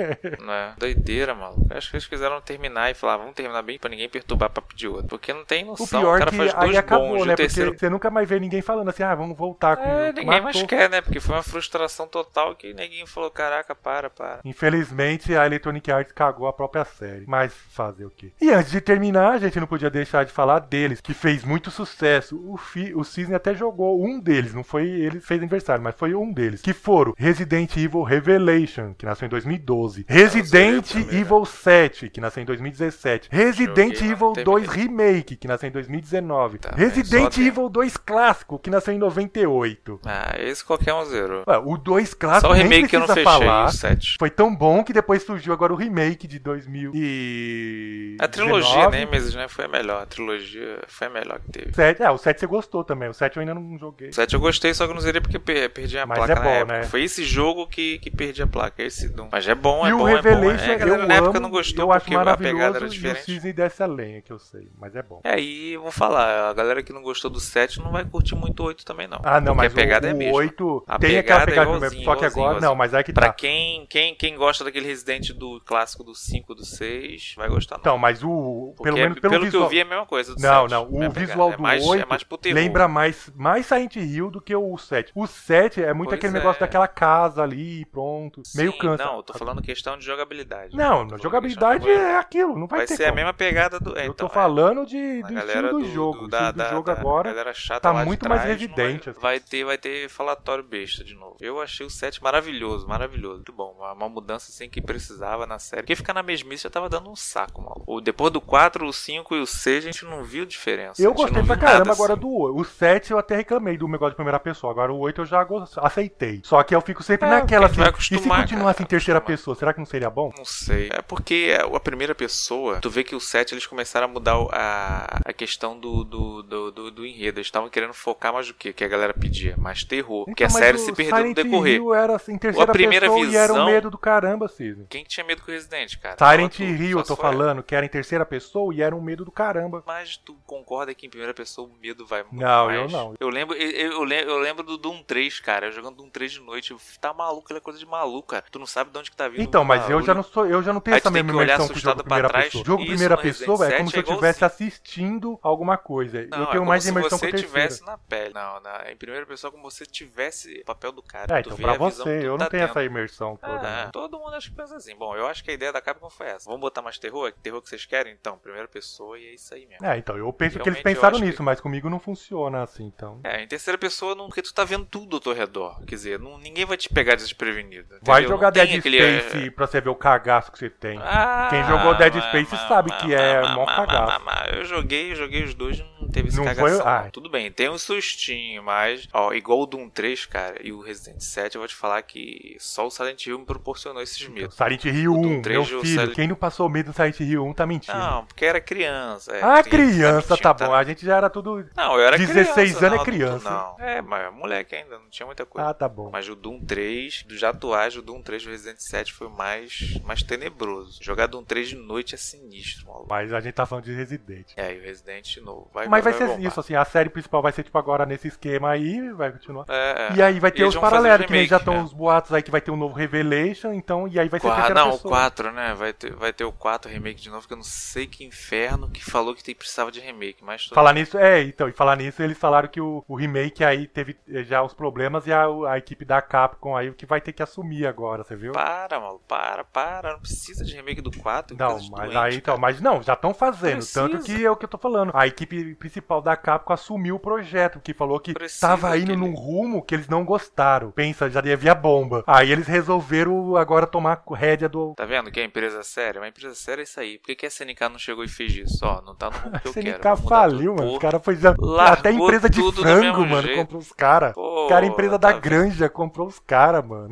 Speaker 3: né? Doideira, maluco. Acho que eles quiseram terminar e falar, vamos terminar bem pra ninguém perturbar papo de outro. Porque não tem
Speaker 2: O
Speaker 3: noção, o,
Speaker 2: pior
Speaker 3: cara
Speaker 2: que
Speaker 3: faz dois
Speaker 2: aí acabou,
Speaker 3: bons,
Speaker 2: né?
Speaker 3: o terceiro...
Speaker 2: Porque você nunca mais vê ninguém falando assim, ah, vamos voltar com
Speaker 3: É,
Speaker 2: o
Speaker 3: ninguém
Speaker 2: matou.
Speaker 3: mais quer, né? Porque foi uma frustração total que ninguém falou, caraca, para, para.
Speaker 2: Infelizmente, a Electronic Arts cagou a própria série. Mas fazer o quê? E antes de terminar, a gente não podia deixar de falar deles, que fez muito sucesso. O, Fi- o Cisne até jogou um deles, não foi ele que fez aniversário, mas foi um deles. Que foram Resident Evil Revelation, que nasceu em 2012. Resident
Speaker 3: eu lembro também, né?
Speaker 2: Evil 7, que nasceu em 2017. Resident
Speaker 3: Joguei, mas
Speaker 2: Evil
Speaker 3: não terminei.
Speaker 2: 2 Remake, que nasceu em 2019.
Speaker 3: Tá, é, só
Speaker 2: Resident
Speaker 3: tem.
Speaker 2: Evil 2 Clássico, que nasceu em 98.
Speaker 3: Ah, esse qualquer um zero.
Speaker 2: Ué, o 2 Clássico
Speaker 3: Só o
Speaker 2: Ah, nem
Speaker 3: remake que eu não
Speaker 2: precisa
Speaker 3: fechei,
Speaker 2: falar.
Speaker 3: o 7.
Speaker 2: Foi tão bom que depois surgiu agora o remake de 2000 e...
Speaker 3: A trilogia,
Speaker 2: 19.
Speaker 3: né, Nemesis, né, foi a melhor. A trilogia foi a melhor que teve.
Speaker 2: Sete- ah, o 7 você gostou também. O 7 eu ainda não joguei.
Speaker 3: O 7 eu gostei, só que eu não zerei porque per- perdi a
Speaker 2: Mas
Speaker 3: placa
Speaker 2: é
Speaker 3: na
Speaker 2: bom,
Speaker 3: época.
Speaker 2: né?
Speaker 3: Foi esse jogo que, que perdi a placa, esse Doom. Mas é bom, é
Speaker 2: e
Speaker 3: bom,
Speaker 2: o
Speaker 3: é bom. é-
Speaker 2: Revelation
Speaker 3: É, a galera
Speaker 2: eu
Speaker 3: na
Speaker 2: amo,
Speaker 3: época não gostou
Speaker 2: eu acho
Speaker 3: porque a pegada
Speaker 2: maravilhoso
Speaker 3: era
Speaker 2: e o
Speaker 3: diferente.
Speaker 2: Cisne desce a lenha, que eu sei. Mas é bom.
Speaker 3: É, e vou falar, a galera que não gostou do 7 não vai curtir muito o 8 também, não.
Speaker 2: Ah, não,
Speaker 3: porque
Speaker 2: mas
Speaker 3: a pegada
Speaker 2: o,
Speaker 3: é
Speaker 2: o
Speaker 3: mesmo.
Speaker 2: 8
Speaker 3: A
Speaker 2: tem
Speaker 3: pegada
Speaker 2: aquela
Speaker 3: é
Speaker 2: pegada mesmo,
Speaker 3: igualzinho,
Speaker 2: só que
Speaker 3: igualzinho,
Speaker 2: agora... Não,
Speaker 3: igualzinho.
Speaker 2: mas é que tá.
Speaker 3: Pra quem, quem, quem gosta daquele Resident do clássico do 5, do 6, vai gostar não.
Speaker 2: Então, mas o...
Speaker 3: Porque
Speaker 2: Pelo menos
Speaker 3: é-
Speaker 2: pelo,
Speaker 3: pelo que eu
Speaker 2: visual...
Speaker 3: vi é a mesma coisa do
Speaker 2: Não,
Speaker 3: 7,
Speaker 2: não. O
Speaker 3: minha pegada.
Speaker 2: visual
Speaker 3: é
Speaker 2: do
Speaker 3: mais,
Speaker 2: 8
Speaker 3: é mais pro terror.
Speaker 2: lembra mais, mais Silent Hill do que o 7. O 7 é muito
Speaker 3: Pois
Speaker 2: aquele
Speaker 3: é.
Speaker 2: negócio daquela casa ali, pronto. meio
Speaker 3: Sim,
Speaker 2: cansa.
Speaker 3: Não, eu tô falando questão de jogabilidade. né?
Speaker 2: Não,
Speaker 3: Tô
Speaker 2: na
Speaker 3: falando
Speaker 2: jogabilidade
Speaker 3: questão de
Speaker 2: é aquilo, não vai,
Speaker 3: Vai
Speaker 2: ter
Speaker 3: ser a
Speaker 2: como.
Speaker 3: mesma pegada do. é,
Speaker 2: Eu tô
Speaker 3: então, é.
Speaker 2: falando de,
Speaker 3: A
Speaker 2: do
Speaker 3: galera
Speaker 2: estilo do, jogo. o
Speaker 3: da-
Speaker 2: estilo do
Speaker 3: da-
Speaker 2: jogo
Speaker 3: da
Speaker 2: agora.
Speaker 3: galera chata
Speaker 2: tá
Speaker 3: lá de
Speaker 2: muito mais
Speaker 3: trás, não é-
Speaker 2: evidente, assim.
Speaker 3: Vai, vai ter, vai ter falatório besta de novo. Eu achei o set maravilhoso, maravilhoso. Muito bom. Uma, uma mudança assim que precisava na série. Porque ficar na mesmice já tava dando um saco, maluco. O- Depois do 4, o 5 e o 6, a gente não viu diferença. A
Speaker 2: Eu
Speaker 3: gente
Speaker 2: gostei
Speaker 3: não
Speaker 2: pra
Speaker 3: viu nada,
Speaker 2: caramba agora
Speaker 3: assim.
Speaker 2: do 8. O 7 eu até reclamei do negócio de primeira pessoa. Agora o 8 eu já go- aceitei. Só que eu fico sempre
Speaker 3: É,
Speaker 2: naquela
Speaker 3: porque
Speaker 2: assim.
Speaker 3: vai
Speaker 2: E se
Speaker 3: acostumar,
Speaker 2: continuasse
Speaker 3: cara,
Speaker 2: em terceira
Speaker 3: acostumar.
Speaker 2: pessoa, será que não seria bom?
Speaker 3: Não sei. É porque a primeira pessoa, tu vê que o 7 eles começaram a mudar o- a, a questão do, do, do, do, do enredo. Eles estavam querendo focar mais o que? Que a galera pedia? Mais terror. Porque a
Speaker 2: Então, mas
Speaker 3: série
Speaker 2: o
Speaker 3: se perdeu no
Speaker 2: Silent
Speaker 3: decorrer.
Speaker 2: Hill era assim, em terceira
Speaker 3: primeira
Speaker 2: pessoa e era um
Speaker 3: visão-
Speaker 2: medo do caramba, Cisne.
Speaker 3: Quem que tinha medo com o Resident, cara?
Speaker 2: Silent
Speaker 3: Fala tu,
Speaker 2: Hill, eu tô
Speaker 3: só é. se for-
Speaker 2: falando, que era em terceira pessoa e era um medo do caramba.
Speaker 3: Mas tu concorda que em primeira pessoa o medo vai muito
Speaker 2: Não,
Speaker 3: mais?
Speaker 2: eu não.
Speaker 3: Eu lembro, eu, eu lem- eu lembro do Doom 3, cara. Eu jogando Doom 3 de noite. eu- Tá maluco, ele é coisa de maluco, cara. Tu não sabe de onde que tá vindo.
Speaker 2: Então,
Speaker 3: um
Speaker 2: mas eu já
Speaker 3: barulho.
Speaker 2: não sou, eu já não tenho
Speaker 3: Aí tu
Speaker 2: essa
Speaker 3: tem
Speaker 2: mesma
Speaker 3: que olhar
Speaker 2: imersão que o jogo
Speaker 3: assustado pra
Speaker 2: primeira
Speaker 3: trás.
Speaker 2: pessoa. O jogo
Speaker 3: Isso,
Speaker 2: primeira
Speaker 3: no Resident
Speaker 2: pessoa é como
Speaker 3: 7
Speaker 2: se eu
Speaker 3: é
Speaker 2: estivesse assistindo alguma coisa.
Speaker 3: Não,
Speaker 2: eu É, tenho
Speaker 3: é como
Speaker 2: mais
Speaker 3: se
Speaker 2: imersão com
Speaker 3: você
Speaker 2: a terceira.
Speaker 3: tivesse na pele. Não, na, em primeira pessoa, é como você tivesse o papel do cara.
Speaker 2: É,
Speaker 3: tu
Speaker 2: então
Speaker 3: vê
Speaker 2: pra
Speaker 3: a visão
Speaker 2: você,
Speaker 3: que tu
Speaker 2: eu
Speaker 3: tá
Speaker 2: não tenho
Speaker 3: tendo.
Speaker 2: essa imersão toda.
Speaker 3: Ah,
Speaker 2: né?
Speaker 3: todo mundo acho que pensa assim. Bom, eu acho que a ideia da Capcom foi essa. Vamos botar mais terror? É que terror que vocês querem? Então, primeira pessoa e é isso aí mesmo.
Speaker 2: É, então, eu penso que eles
Speaker 3: Realmente, eu
Speaker 2: pensaram
Speaker 3: acho
Speaker 2: nisso,
Speaker 3: que-
Speaker 2: mas comigo não funciona assim, então.
Speaker 3: É, em terceira pessoa, não, porque tu tá vendo tudo ao teu redor. Quer dizer, não- ninguém vai te pegar desprevenido. entendeu?
Speaker 2: Vai
Speaker 3: Não
Speaker 2: jogar
Speaker 3: tem
Speaker 2: Dead
Speaker 3: aquele, é,
Speaker 2: Space pra você ver o cagaço que você tem.
Speaker 3: Ah,
Speaker 2: Quem jogou Dead
Speaker 3: mas-
Speaker 2: Space
Speaker 3: mas-
Speaker 2: sabe
Speaker 3: mas-
Speaker 2: que é
Speaker 3: mas-
Speaker 2: mó
Speaker 3: mas-
Speaker 2: cagaço.
Speaker 3: mas- mas- Eu joguei, joguei os dois não teve esse
Speaker 2: Não foi-
Speaker 3: cagação.
Speaker 2: ah.
Speaker 3: não. Tudo bem, tem um sustinho, mas... Ó, igual o Doom 3, cara, e o Resident 7, eu vou te falar que só o Silent Hill me proporcionou esses medos.
Speaker 2: Silent Hill
Speaker 3: O Doom
Speaker 2: 1,
Speaker 3: 3
Speaker 2: meu
Speaker 3: e o
Speaker 2: filho,
Speaker 3: Silent-
Speaker 2: quem não passou medo do Silent Hill 1 tá mentindo.
Speaker 3: um Não, porque era criança. é,
Speaker 2: ah,
Speaker 3: tem-
Speaker 2: criança,
Speaker 3: mentindo,
Speaker 2: tá bom, a gente já era tudo...
Speaker 3: Não, eu era
Speaker 2: 16
Speaker 3: criança.
Speaker 2: anos é
Speaker 3: não,
Speaker 2: criança.
Speaker 3: Não, é, mas moleque ainda, não tinha muita coisa.
Speaker 2: Ah, tá bom.
Speaker 3: Mas o Doom 3, dos atuais, o Doom 3 do Resident 7 foi o mais, mais tenebroso. Jogar Doom 3 de noite é sinistro, maluco.
Speaker 2: Mas a gente tá falando de Resident.
Speaker 3: É, e o Resident de novo. Vai,
Speaker 2: Mas vai ser
Speaker 3: bombar.
Speaker 2: isso, assim, a série principal vai ser tipo agora nesse esquema aí, vai continuar.
Speaker 3: É, é.
Speaker 2: E aí vai ter
Speaker 3: Eles
Speaker 2: os
Speaker 3: vão fazer
Speaker 2: paralelos, que nem
Speaker 3: remake,
Speaker 2: já estão
Speaker 3: né?
Speaker 2: os boatos aí que vai ter um novo Revelation, então, e aí vai ser
Speaker 3: Qua-
Speaker 2: terceira
Speaker 3: não, o
Speaker 2: pessoa.
Speaker 3: 4, né? Vai ter, vai ter o 4 remake de novo, que eu não sei que inferno que falou que tem- precisava de remake, mas tudo
Speaker 2: Falar nisso, é, então, e falar nisso, eles falaram que o, o remake aí teve eh, já os problemas e a, a equipe da Capcom aí o que vai ter que assumir agora, você viu?
Speaker 3: Para, maluco, para, para. Não precisa de remake do 4.
Speaker 2: Não,
Speaker 3: coisa de
Speaker 2: mas
Speaker 3: doente,
Speaker 2: aí então, mas não, já estão fazendo.
Speaker 3: Precisa.
Speaker 2: Tanto que é o que eu tô falando. A equipe principal da Capcom assumiu o projeto, que falou que
Speaker 3: Precisa
Speaker 2: tava indo
Speaker 3: que ele-
Speaker 2: num rumo que eles não gostaram. Pensa, já devia bomba. Aí eles resolveram agora tomar rédea do.
Speaker 3: Tá vendo que é empresa séria? Uma empresa séria é isso aí. Por que, que a SNK não chegou e fez isso? Ó, não tá no rumo que eu
Speaker 2: CNK
Speaker 3: quero. vamos mudar
Speaker 2: faliu,
Speaker 3: tudo.
Speaker 2: mano. Os caras foi já...
Speaker 3: Largou
Speaker 2: Até a empresa de
Speaker 3: tudo do
Speaker 2: frango,
Speaker 3: mesmo
Speaker 2: mano,
Speaker 3: jeito.
Speaker 2: comprou os caras.
Speaker 3: Pô,
Speaker 2: Cara, a empresa da
Speaker 3: tá
Speaker 2: granja comprou os caras, mano.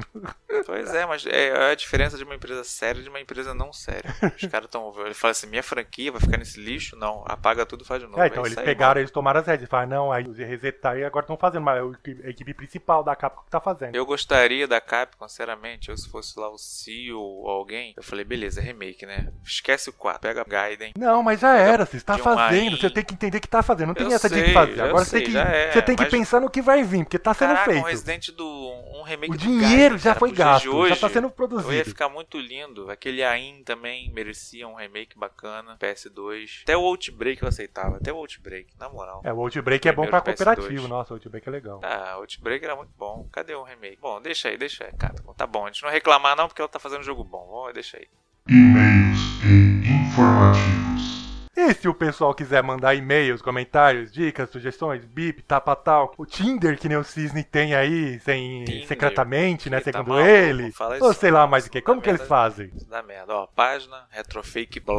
Speaker 3: Pois é, mas é é a diferença de uma empresa séria e de uma empresa não séria. Os caras estão. Ele fala assim: minha franquia vai ficar nesse lixo? Não, apaga tudo e faz de novo.
Speaker 2: É, então
Speaker 3: É
Speaker 2: eles
Speaker 3: isso aí,
Speaker 2: pegaram, eles tomaram as redes. Falaram, não, aí resetaram e agora estão fazendo. Mas é o equi- a equipe principal da Capcom que tá fazendo.
Speaker 3: Eu gostaria da Capcom, sinceramente, eu se fosse lá o CEO ou alguém, eu falei, beleza, remake, né? Esquece o 4, pega Gaiden.
Speaker 2: Não, mas já era, você está
Speaker 3: de um
Speaker 2: fazendo,
Speaker 3: aí.
Speaker 2: você tem que entender que tá fazendo, não tem
Speaker 3: Eu
Speaker 2: essa de
Speaker 3: sei,
Speaker 2: que fazer.
Speaker 3: eu
Speaker 2: Agora você
Speaker 3: sei,
Speaker 2: tem que,
Speaker 3: já é,
Speaker 2: você tem que
Speaker 3: mas-
Speaker 2: pensar no que vai vir, porque tá sendo
Speaker 3: Caraca, um
Speaker 2: feito.
Speaker 3: Resident do. um remake
Speaker 2: O
Speaker 3: do
Speaker 2: dinheiro
Speaker 3: Gaiden,
Speaker 2: já
Speaker 3: cara,
Speaker 2: foi
Speaker 3: pros dias de
Speaker 2: gasto, já
Speaker 3: hoje.
Speaker 2: tá sendo
Speaker 3: Eu ia
Speaker 2: produzido.
Speaker 3: ficar muito lindo. Aquele AIM também merecia um remake bacana. PS2. Até o Outbreak eu aceitava. Até o Outbreak, na moral.
Speaker 2: É, o Outbreak é bom pra
Speaker 3: Primeiro PS2.
Speaker 2: cooperativo, nossa, o Outbreak é legal.
Speaker 3: Ah, Outbreak era muito bom. Cadê o remake? Bom, deixa aí, deixa aí. Cara, tá bom. A gente não reclamar não, porque ela tá fazendo jogo bom. Ó, deixa aí.
Speaker 1: E-mails e informativos.
Speaker 2: E se o pessoal quiser mandar e-mails, comentários, dicas, sugestões, bip, tapa tal, o Tinder que nem o Cisne tem aí, sem
Speaker 3: Tinder,
Speaker 2: secretamente, né,
Speaker 3: que tá
Speaker 2: segundo
Speaker 3: maluco,
Speaker 2: ele,
Speaker 3: fala
Speaker 2: ou
Speaker 3: isso
Speaker 2: sei lá mais o que,
Speaker 3: não,
Speaker 2: como
Speaker 3: tá
Speaker 2: que eles
Speaker 3: merda.
Speaker 2: fazem?
Speaker 3: Isso dá merda. Ó, página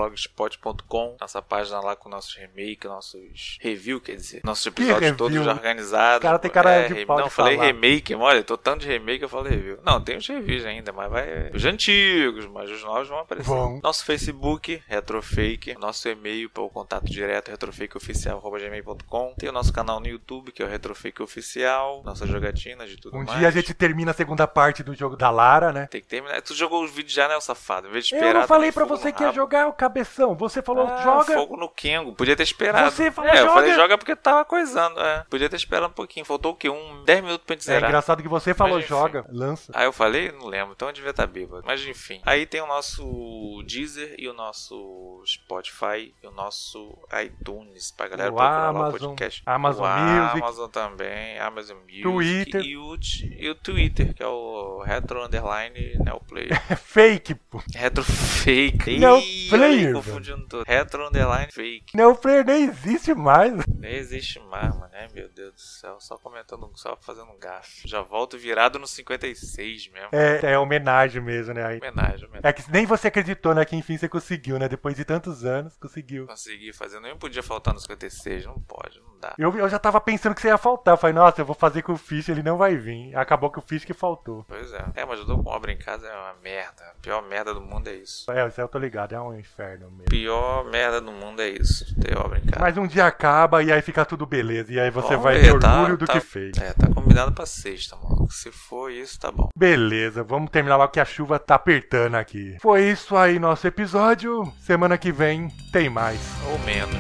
Speaker 3: retrofake.blogspot.com. Nossa página lá com nossos remakes, nossos review, quer dizer, nossos episódios
Speaker 2: review?
Speaker 3: todos já organizados.
Speaker 2: Cara, tem cara de
Speaker 3: re-
Speaker 2: pau
Speaker 3: Não,
Speaker 2: de
Speaker 3: falei
Speaker 2: falar.
Speaker 3: remake, olha, eu tô tanto de remake, eu falei review. Não, tem os reviews ainda, mas vai. Os antigos, mas os novos vão aparecer.
Speaker 2: Vão.
Speaker 3: Nosso Facebook, retrofake. Nosso e-mail para o contato direto, retrofakeoficial.gmail.com. Tem o nosso canal no YouTube, que é o Retrofake Oficial. Nossas jogatinas de tudo
Speaker 2: Um
Speaker 3: mais.
Speaker 2: dia a gente termina a segunda parte do jogo da Lara, né?
Speaker 3: Tem que terminar. Tu jogou os vídeos já, né, o safado? Em vez de
Speaker 2: Eu
Speaker 3: esperar,
Speaker 2: não falei
Speaker 3: também
Speaker 2: pra
Speaker 3: né? fogo no
Speaker 2: você que ia
Speaker 3: rabo.
Speaker 2: jogar é o cabeção, você falou
Speaker 3: Ah,
Speaker 2: joga,
Speaker 3: Fogo no Kengo. Podia ter esperado.
Speaker 2: Você falou,
Speaker 3: é, eu falei
Speaker 2: joga.
Speaker 3: joga porque tava coisando. É. Podia ter esperado um pouquinho. Faltou o quê? Um 10 minutos pra gente
Speaker 2: É
Speaker 3: zerar.
Speaker 2: engraçado que você falou
Speaker 3: Mas, enfim.
Speaker 2: joga, lança.
Speaker 3: Aí eu falei? Não lembro. Então eu devia estar bêbado. Mas enfim. Aí tem o nosso Deezer e o nosso Spotify e o nosso iTunes, pra galera
Speaker 2: O
Speaker 3: procurar lá o
Speaker 2: Amazon,
Speaker 3: podcast.
Speaker 2: Amazon
Speaker 3: o
Speaker 2: Music.
Speaker 3: Amazon também, Amazon Music.
Speaker 2: Twitter.
Speaker 3: E o, t- e o Twitter, que é o Retro Underline Neoplayer.
Speaker 2: É fake, pô.
Speaker 3: Retro Fake.
Speaker 2: Neoplayer,
Speaker 3: Ih, olha aí,
Speaker 2: velho.
Speaker 3: Confundindo tudo. Retro Underline Fake.
Speaker 2: Neoplayer nem existe mais.
Speaker 3: Nem existe mais, mano. né? Meu Deus do céu. Só comentando, só fazendo um gafe. Já volto virado no 56 mesmo.
Speaker 2: É, é homenagem mesmo, né? Aí.
Speaker 3: Homenagem, homenagem.
Speaker 2: É que nem você acreditou, né? Que enfim você conseguiu, né? Depois de tantos anos, conseguiu.
Speaker 3: Consegui fazer, nem podia faltar no 56, não pode, não dá.
Speaker 2: Eu, eu já tava pensando que você ia faltar. Eu Falei, nossa, eu vou fazer com o Fish, ele não vai vir. Acabou que o Fish que faltou.
Speaker 3: Pois é. É, mas eu tô com obra em casa é uma merda. A pior merda do mundo é isso.
Speaker 2: É, isso aí eu tô ligado, é um inferno mesmo.
Speaker 3: Pior merda do mundo é isso. Ter obra em casa.
Speaker 2: Mas um dia acaba e aí fica tudo beleza. E aí você
Speaker 3: Vamos
Speaker 2: vai
Speaker 3: ver,
Speaker 2: ter
Speaker 3: tá-
Speaker 2: orgulho do
Speaker 3: tá-
Speaker 2: que fez.
Speaker 3: É, tá combinado pra sexta, mano. Se for isso, tá bom.
Speaker 2: Beleza, vamos terminar logo que a chuva tá apertando aqui. Foi isso aí nosso episódio. Semana que vem tem mais.
Speaker 3: Ou menos.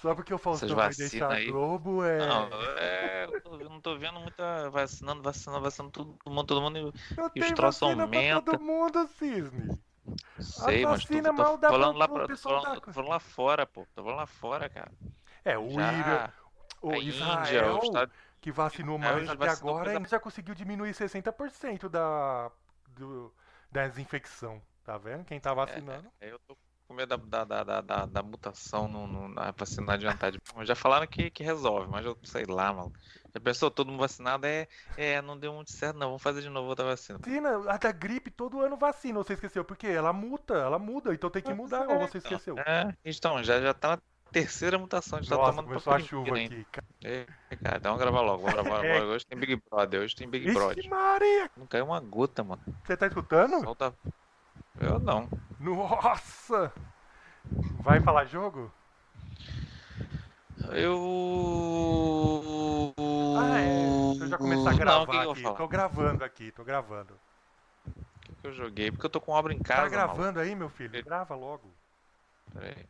Speaker 2: Só porque o Faustão vai
Speaker 3: vacinas
Speaker 2: deixar
Speaker 3: aí.
Speaker 2: a Globo é.
Speaker 3: Não, é, eu tô- eu não tô vendo muita vacinando, vacinando, vacinando todo mundo, todo mundo.
Speaker 2: Não
Speaker 3: e os
Speaker 2: tem
Speaker 3: troços
Speaker 2: vacina pra
Speaker 3: aumenta.
Speaker 2: todo mundo, Cisne.
Speaker 3: Não sei, mas tô,
Speaker 2: vacina
Speaker 3: tô,
Speaker 2: tá mal
Speaker 3: tô
Speaker 2: dá
Speaker 3: falando
Speaker 2: pra-
Speaker 3: lá
Speaker 2: pro
Speaker 3: pra, tô
Speaker 2: pessoal
Speaker 3: falando,
Speaker 2: da-
Speaker 3: tô falando lá fora, pô. Tô falando lá fora, cara.
Speaker 2: É, o
Speaker 3: Já,
Speaker 2: Irã, o
Speaker 3: a Índia,
Speaker 2: Israel,
Speaker 3: o Estado
Speaker 2: que vacinou
Speaker 3: Israel
Speaker 2: mais
Speaker 3: é, já
Speaker 2: até
Speaker 3: vacinou
Speaker 2: agora,
Speaker 3: pra-
Speaker 2: já conseguiu diminuir 60% da, do, da desinfecção. Tá vendo? Quem tá vacinando.
Speaker 3: É, Eu tô com medo da, da, da, da, da mutação no, no, na vacina não adiantar. de- Já falaram que, que resolve, mas eu sei lá, mano. Já pensou, todo mundo vacinado é, é, não deu muito certo, não. Vamos fazer de novo outra vacina.
Speaker 2: Vacina, a da gripe todo ano vacina, você esqueceu? Porque ela muta, ela muda, então tem que mudar, ou você esqueceu?
Speaker 3: É, então, já, já tá na terceira mutação, a gente tá
Speaker 2: Nossa,
Speaker 3: tomando
Speaker 2: começou a
Speaker 3: pra
Speaker 2: chuva
Speaker 3: primeira
Speaker 2: aqui. cara.
Speaker 3: ainda. É, cara, então vamos gravar logo, vamos gravar
Speaker 2: É.
Speaker 3: logo. Hoje tem Big Brother, hoje tem Big Brother.
Speaker 2: Ixi, né? Maria!
Speaker 3: Não caiu uma gota, mano.
Speaker 2: Você tá escutando?
Speaker 3: Sol tá... Eu não.
Speaker 2: Nossa! Vai falar jogo?
Speaker 3: Eu.
Speaker 2: Ah, é. Deixa eu já começar a
Speaker 3: Não, o que
Speaker 2: gravar
Speaker 3: que eu vou
Speaker 2: aqui.
Speaker 3: falar?
Speaker 2: Tô gravando aqui, tô gravando.
Speaker 3: que, que eu joguei? Porque eu tô com obra em
Speaker 2: Tá
Speaker 3: casa. maluco.
Speaker 2: gravando aí, meu filho?
Speaker 3: Ele-
Speaker 2: Grava logo.
Speaker 3: Peraí.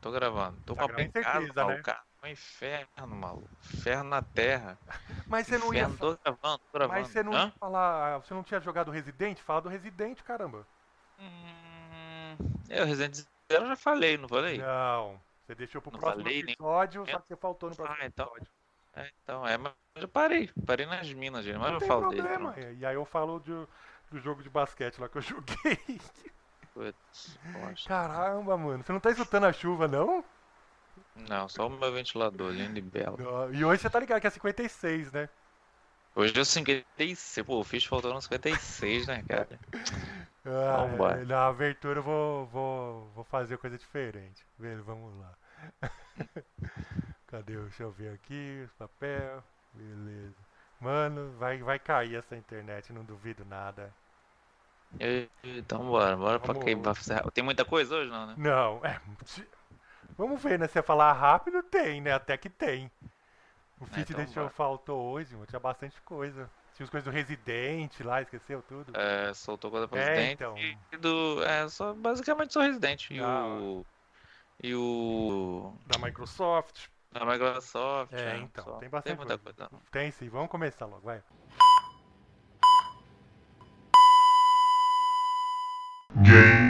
Speaker 3: Tô gravando. Tô
Speaker 2: Tá
Speaker 3: com obra em
Speaker 2: gravando, certeza,
Speaker 3: casa,
Speaker 2: né?
Speaker 3: maluco. cara. É um inferno, maluco. Inferno na terra.
Speaker 2: Mas você não ia.
Speaker 3: inferno, tô gravando, tô gravando.
Speaker 2: Mas você não ia
Speaker 3: Hã?
Speaker 2: falar. Você não tinha jogado Resident? Fala do Resident, caramba.
Speaker 3: Hum, É, o Resident Zero eu já falei, não falei?
Speaker 2: Não. Você deixou pro
Speaker 3: Não
Speaker 2: próximo
Speaker 3: falei, nem-
Speaker 2: episódio, só que você faltou no próximo
Speaker 3: Ah, então.
Speaker 2: episódio.
Speaker 3: É, então, é, mas eu parei. Parei nas minas, gente. Mas
Speaker 2: não
Speaker 3: eu então,
Speaker 2: tem
Speaker 3: falo dele.
Speaker 2: problema. é.
Speaker 3: pronto.
Speaker 2: E aí eu falo de- do jogo de basquete lá que eu joguei.
Speaker 3: Putz, bosta.
Speaker 2: Caramba, mano. Você não tá escutando a chuva, não?
Speaker 3: Não, só o meu ventilador, lindo e belo.
Speaker 2: Não. E hoje você tá ligado que é 56, né?
Speaker 3: Hoje é eu 56, pô, eu fiz faltando 56, né, cara?
Speaker 2: Ah,
Speaker 3: Vambora.
Speaker 2: é, na abertura eu vou, vou, vou fazer coisa diferente. Beleza, vamos lá. Cadê? Deixa eu ver aqui os papel. Beleza. Mano, vai, vai cair essa internet, não duvido nada.
Speaker 3: E- Então bora, bora pra
Speaker 2: Vamos.
Speaker 3: quem vai fazer. Tem muita coisa hoje não, né?
Speaker 2: Não, é. Vamos ver, né? Se você falar rápido, tem, né? Até que tem. O feat
Speaker 3: então
Speaker 2: deixou
Speaker 3: bora.
Speaker 2: faltou hoje, mano. Tinha bastante coisa. Tinha as coisas do Resident lá, esqueceu tudo.
Speaker 3: É, soltou coisa pra
Speaker 2: É,
Speaker 3: Resident
Speaker 2: então.
Speaker 3: e do. É, só, basicamente só Resident. E
Speaker 2: Ah.
Speaker 3: o. E o.
Speaker 2: Da Microsoft.
Speaker 3: Da Microsoft.
Speaker 2: É,
Speaker 3: né,
Speaker 2: então,
Speaker 3: só.
Speaker 2: tem bastante
Speaker 3: muita coisa.
Speaker 2: Tem sim, vamos começar logo, vai.
Speaker 1: Game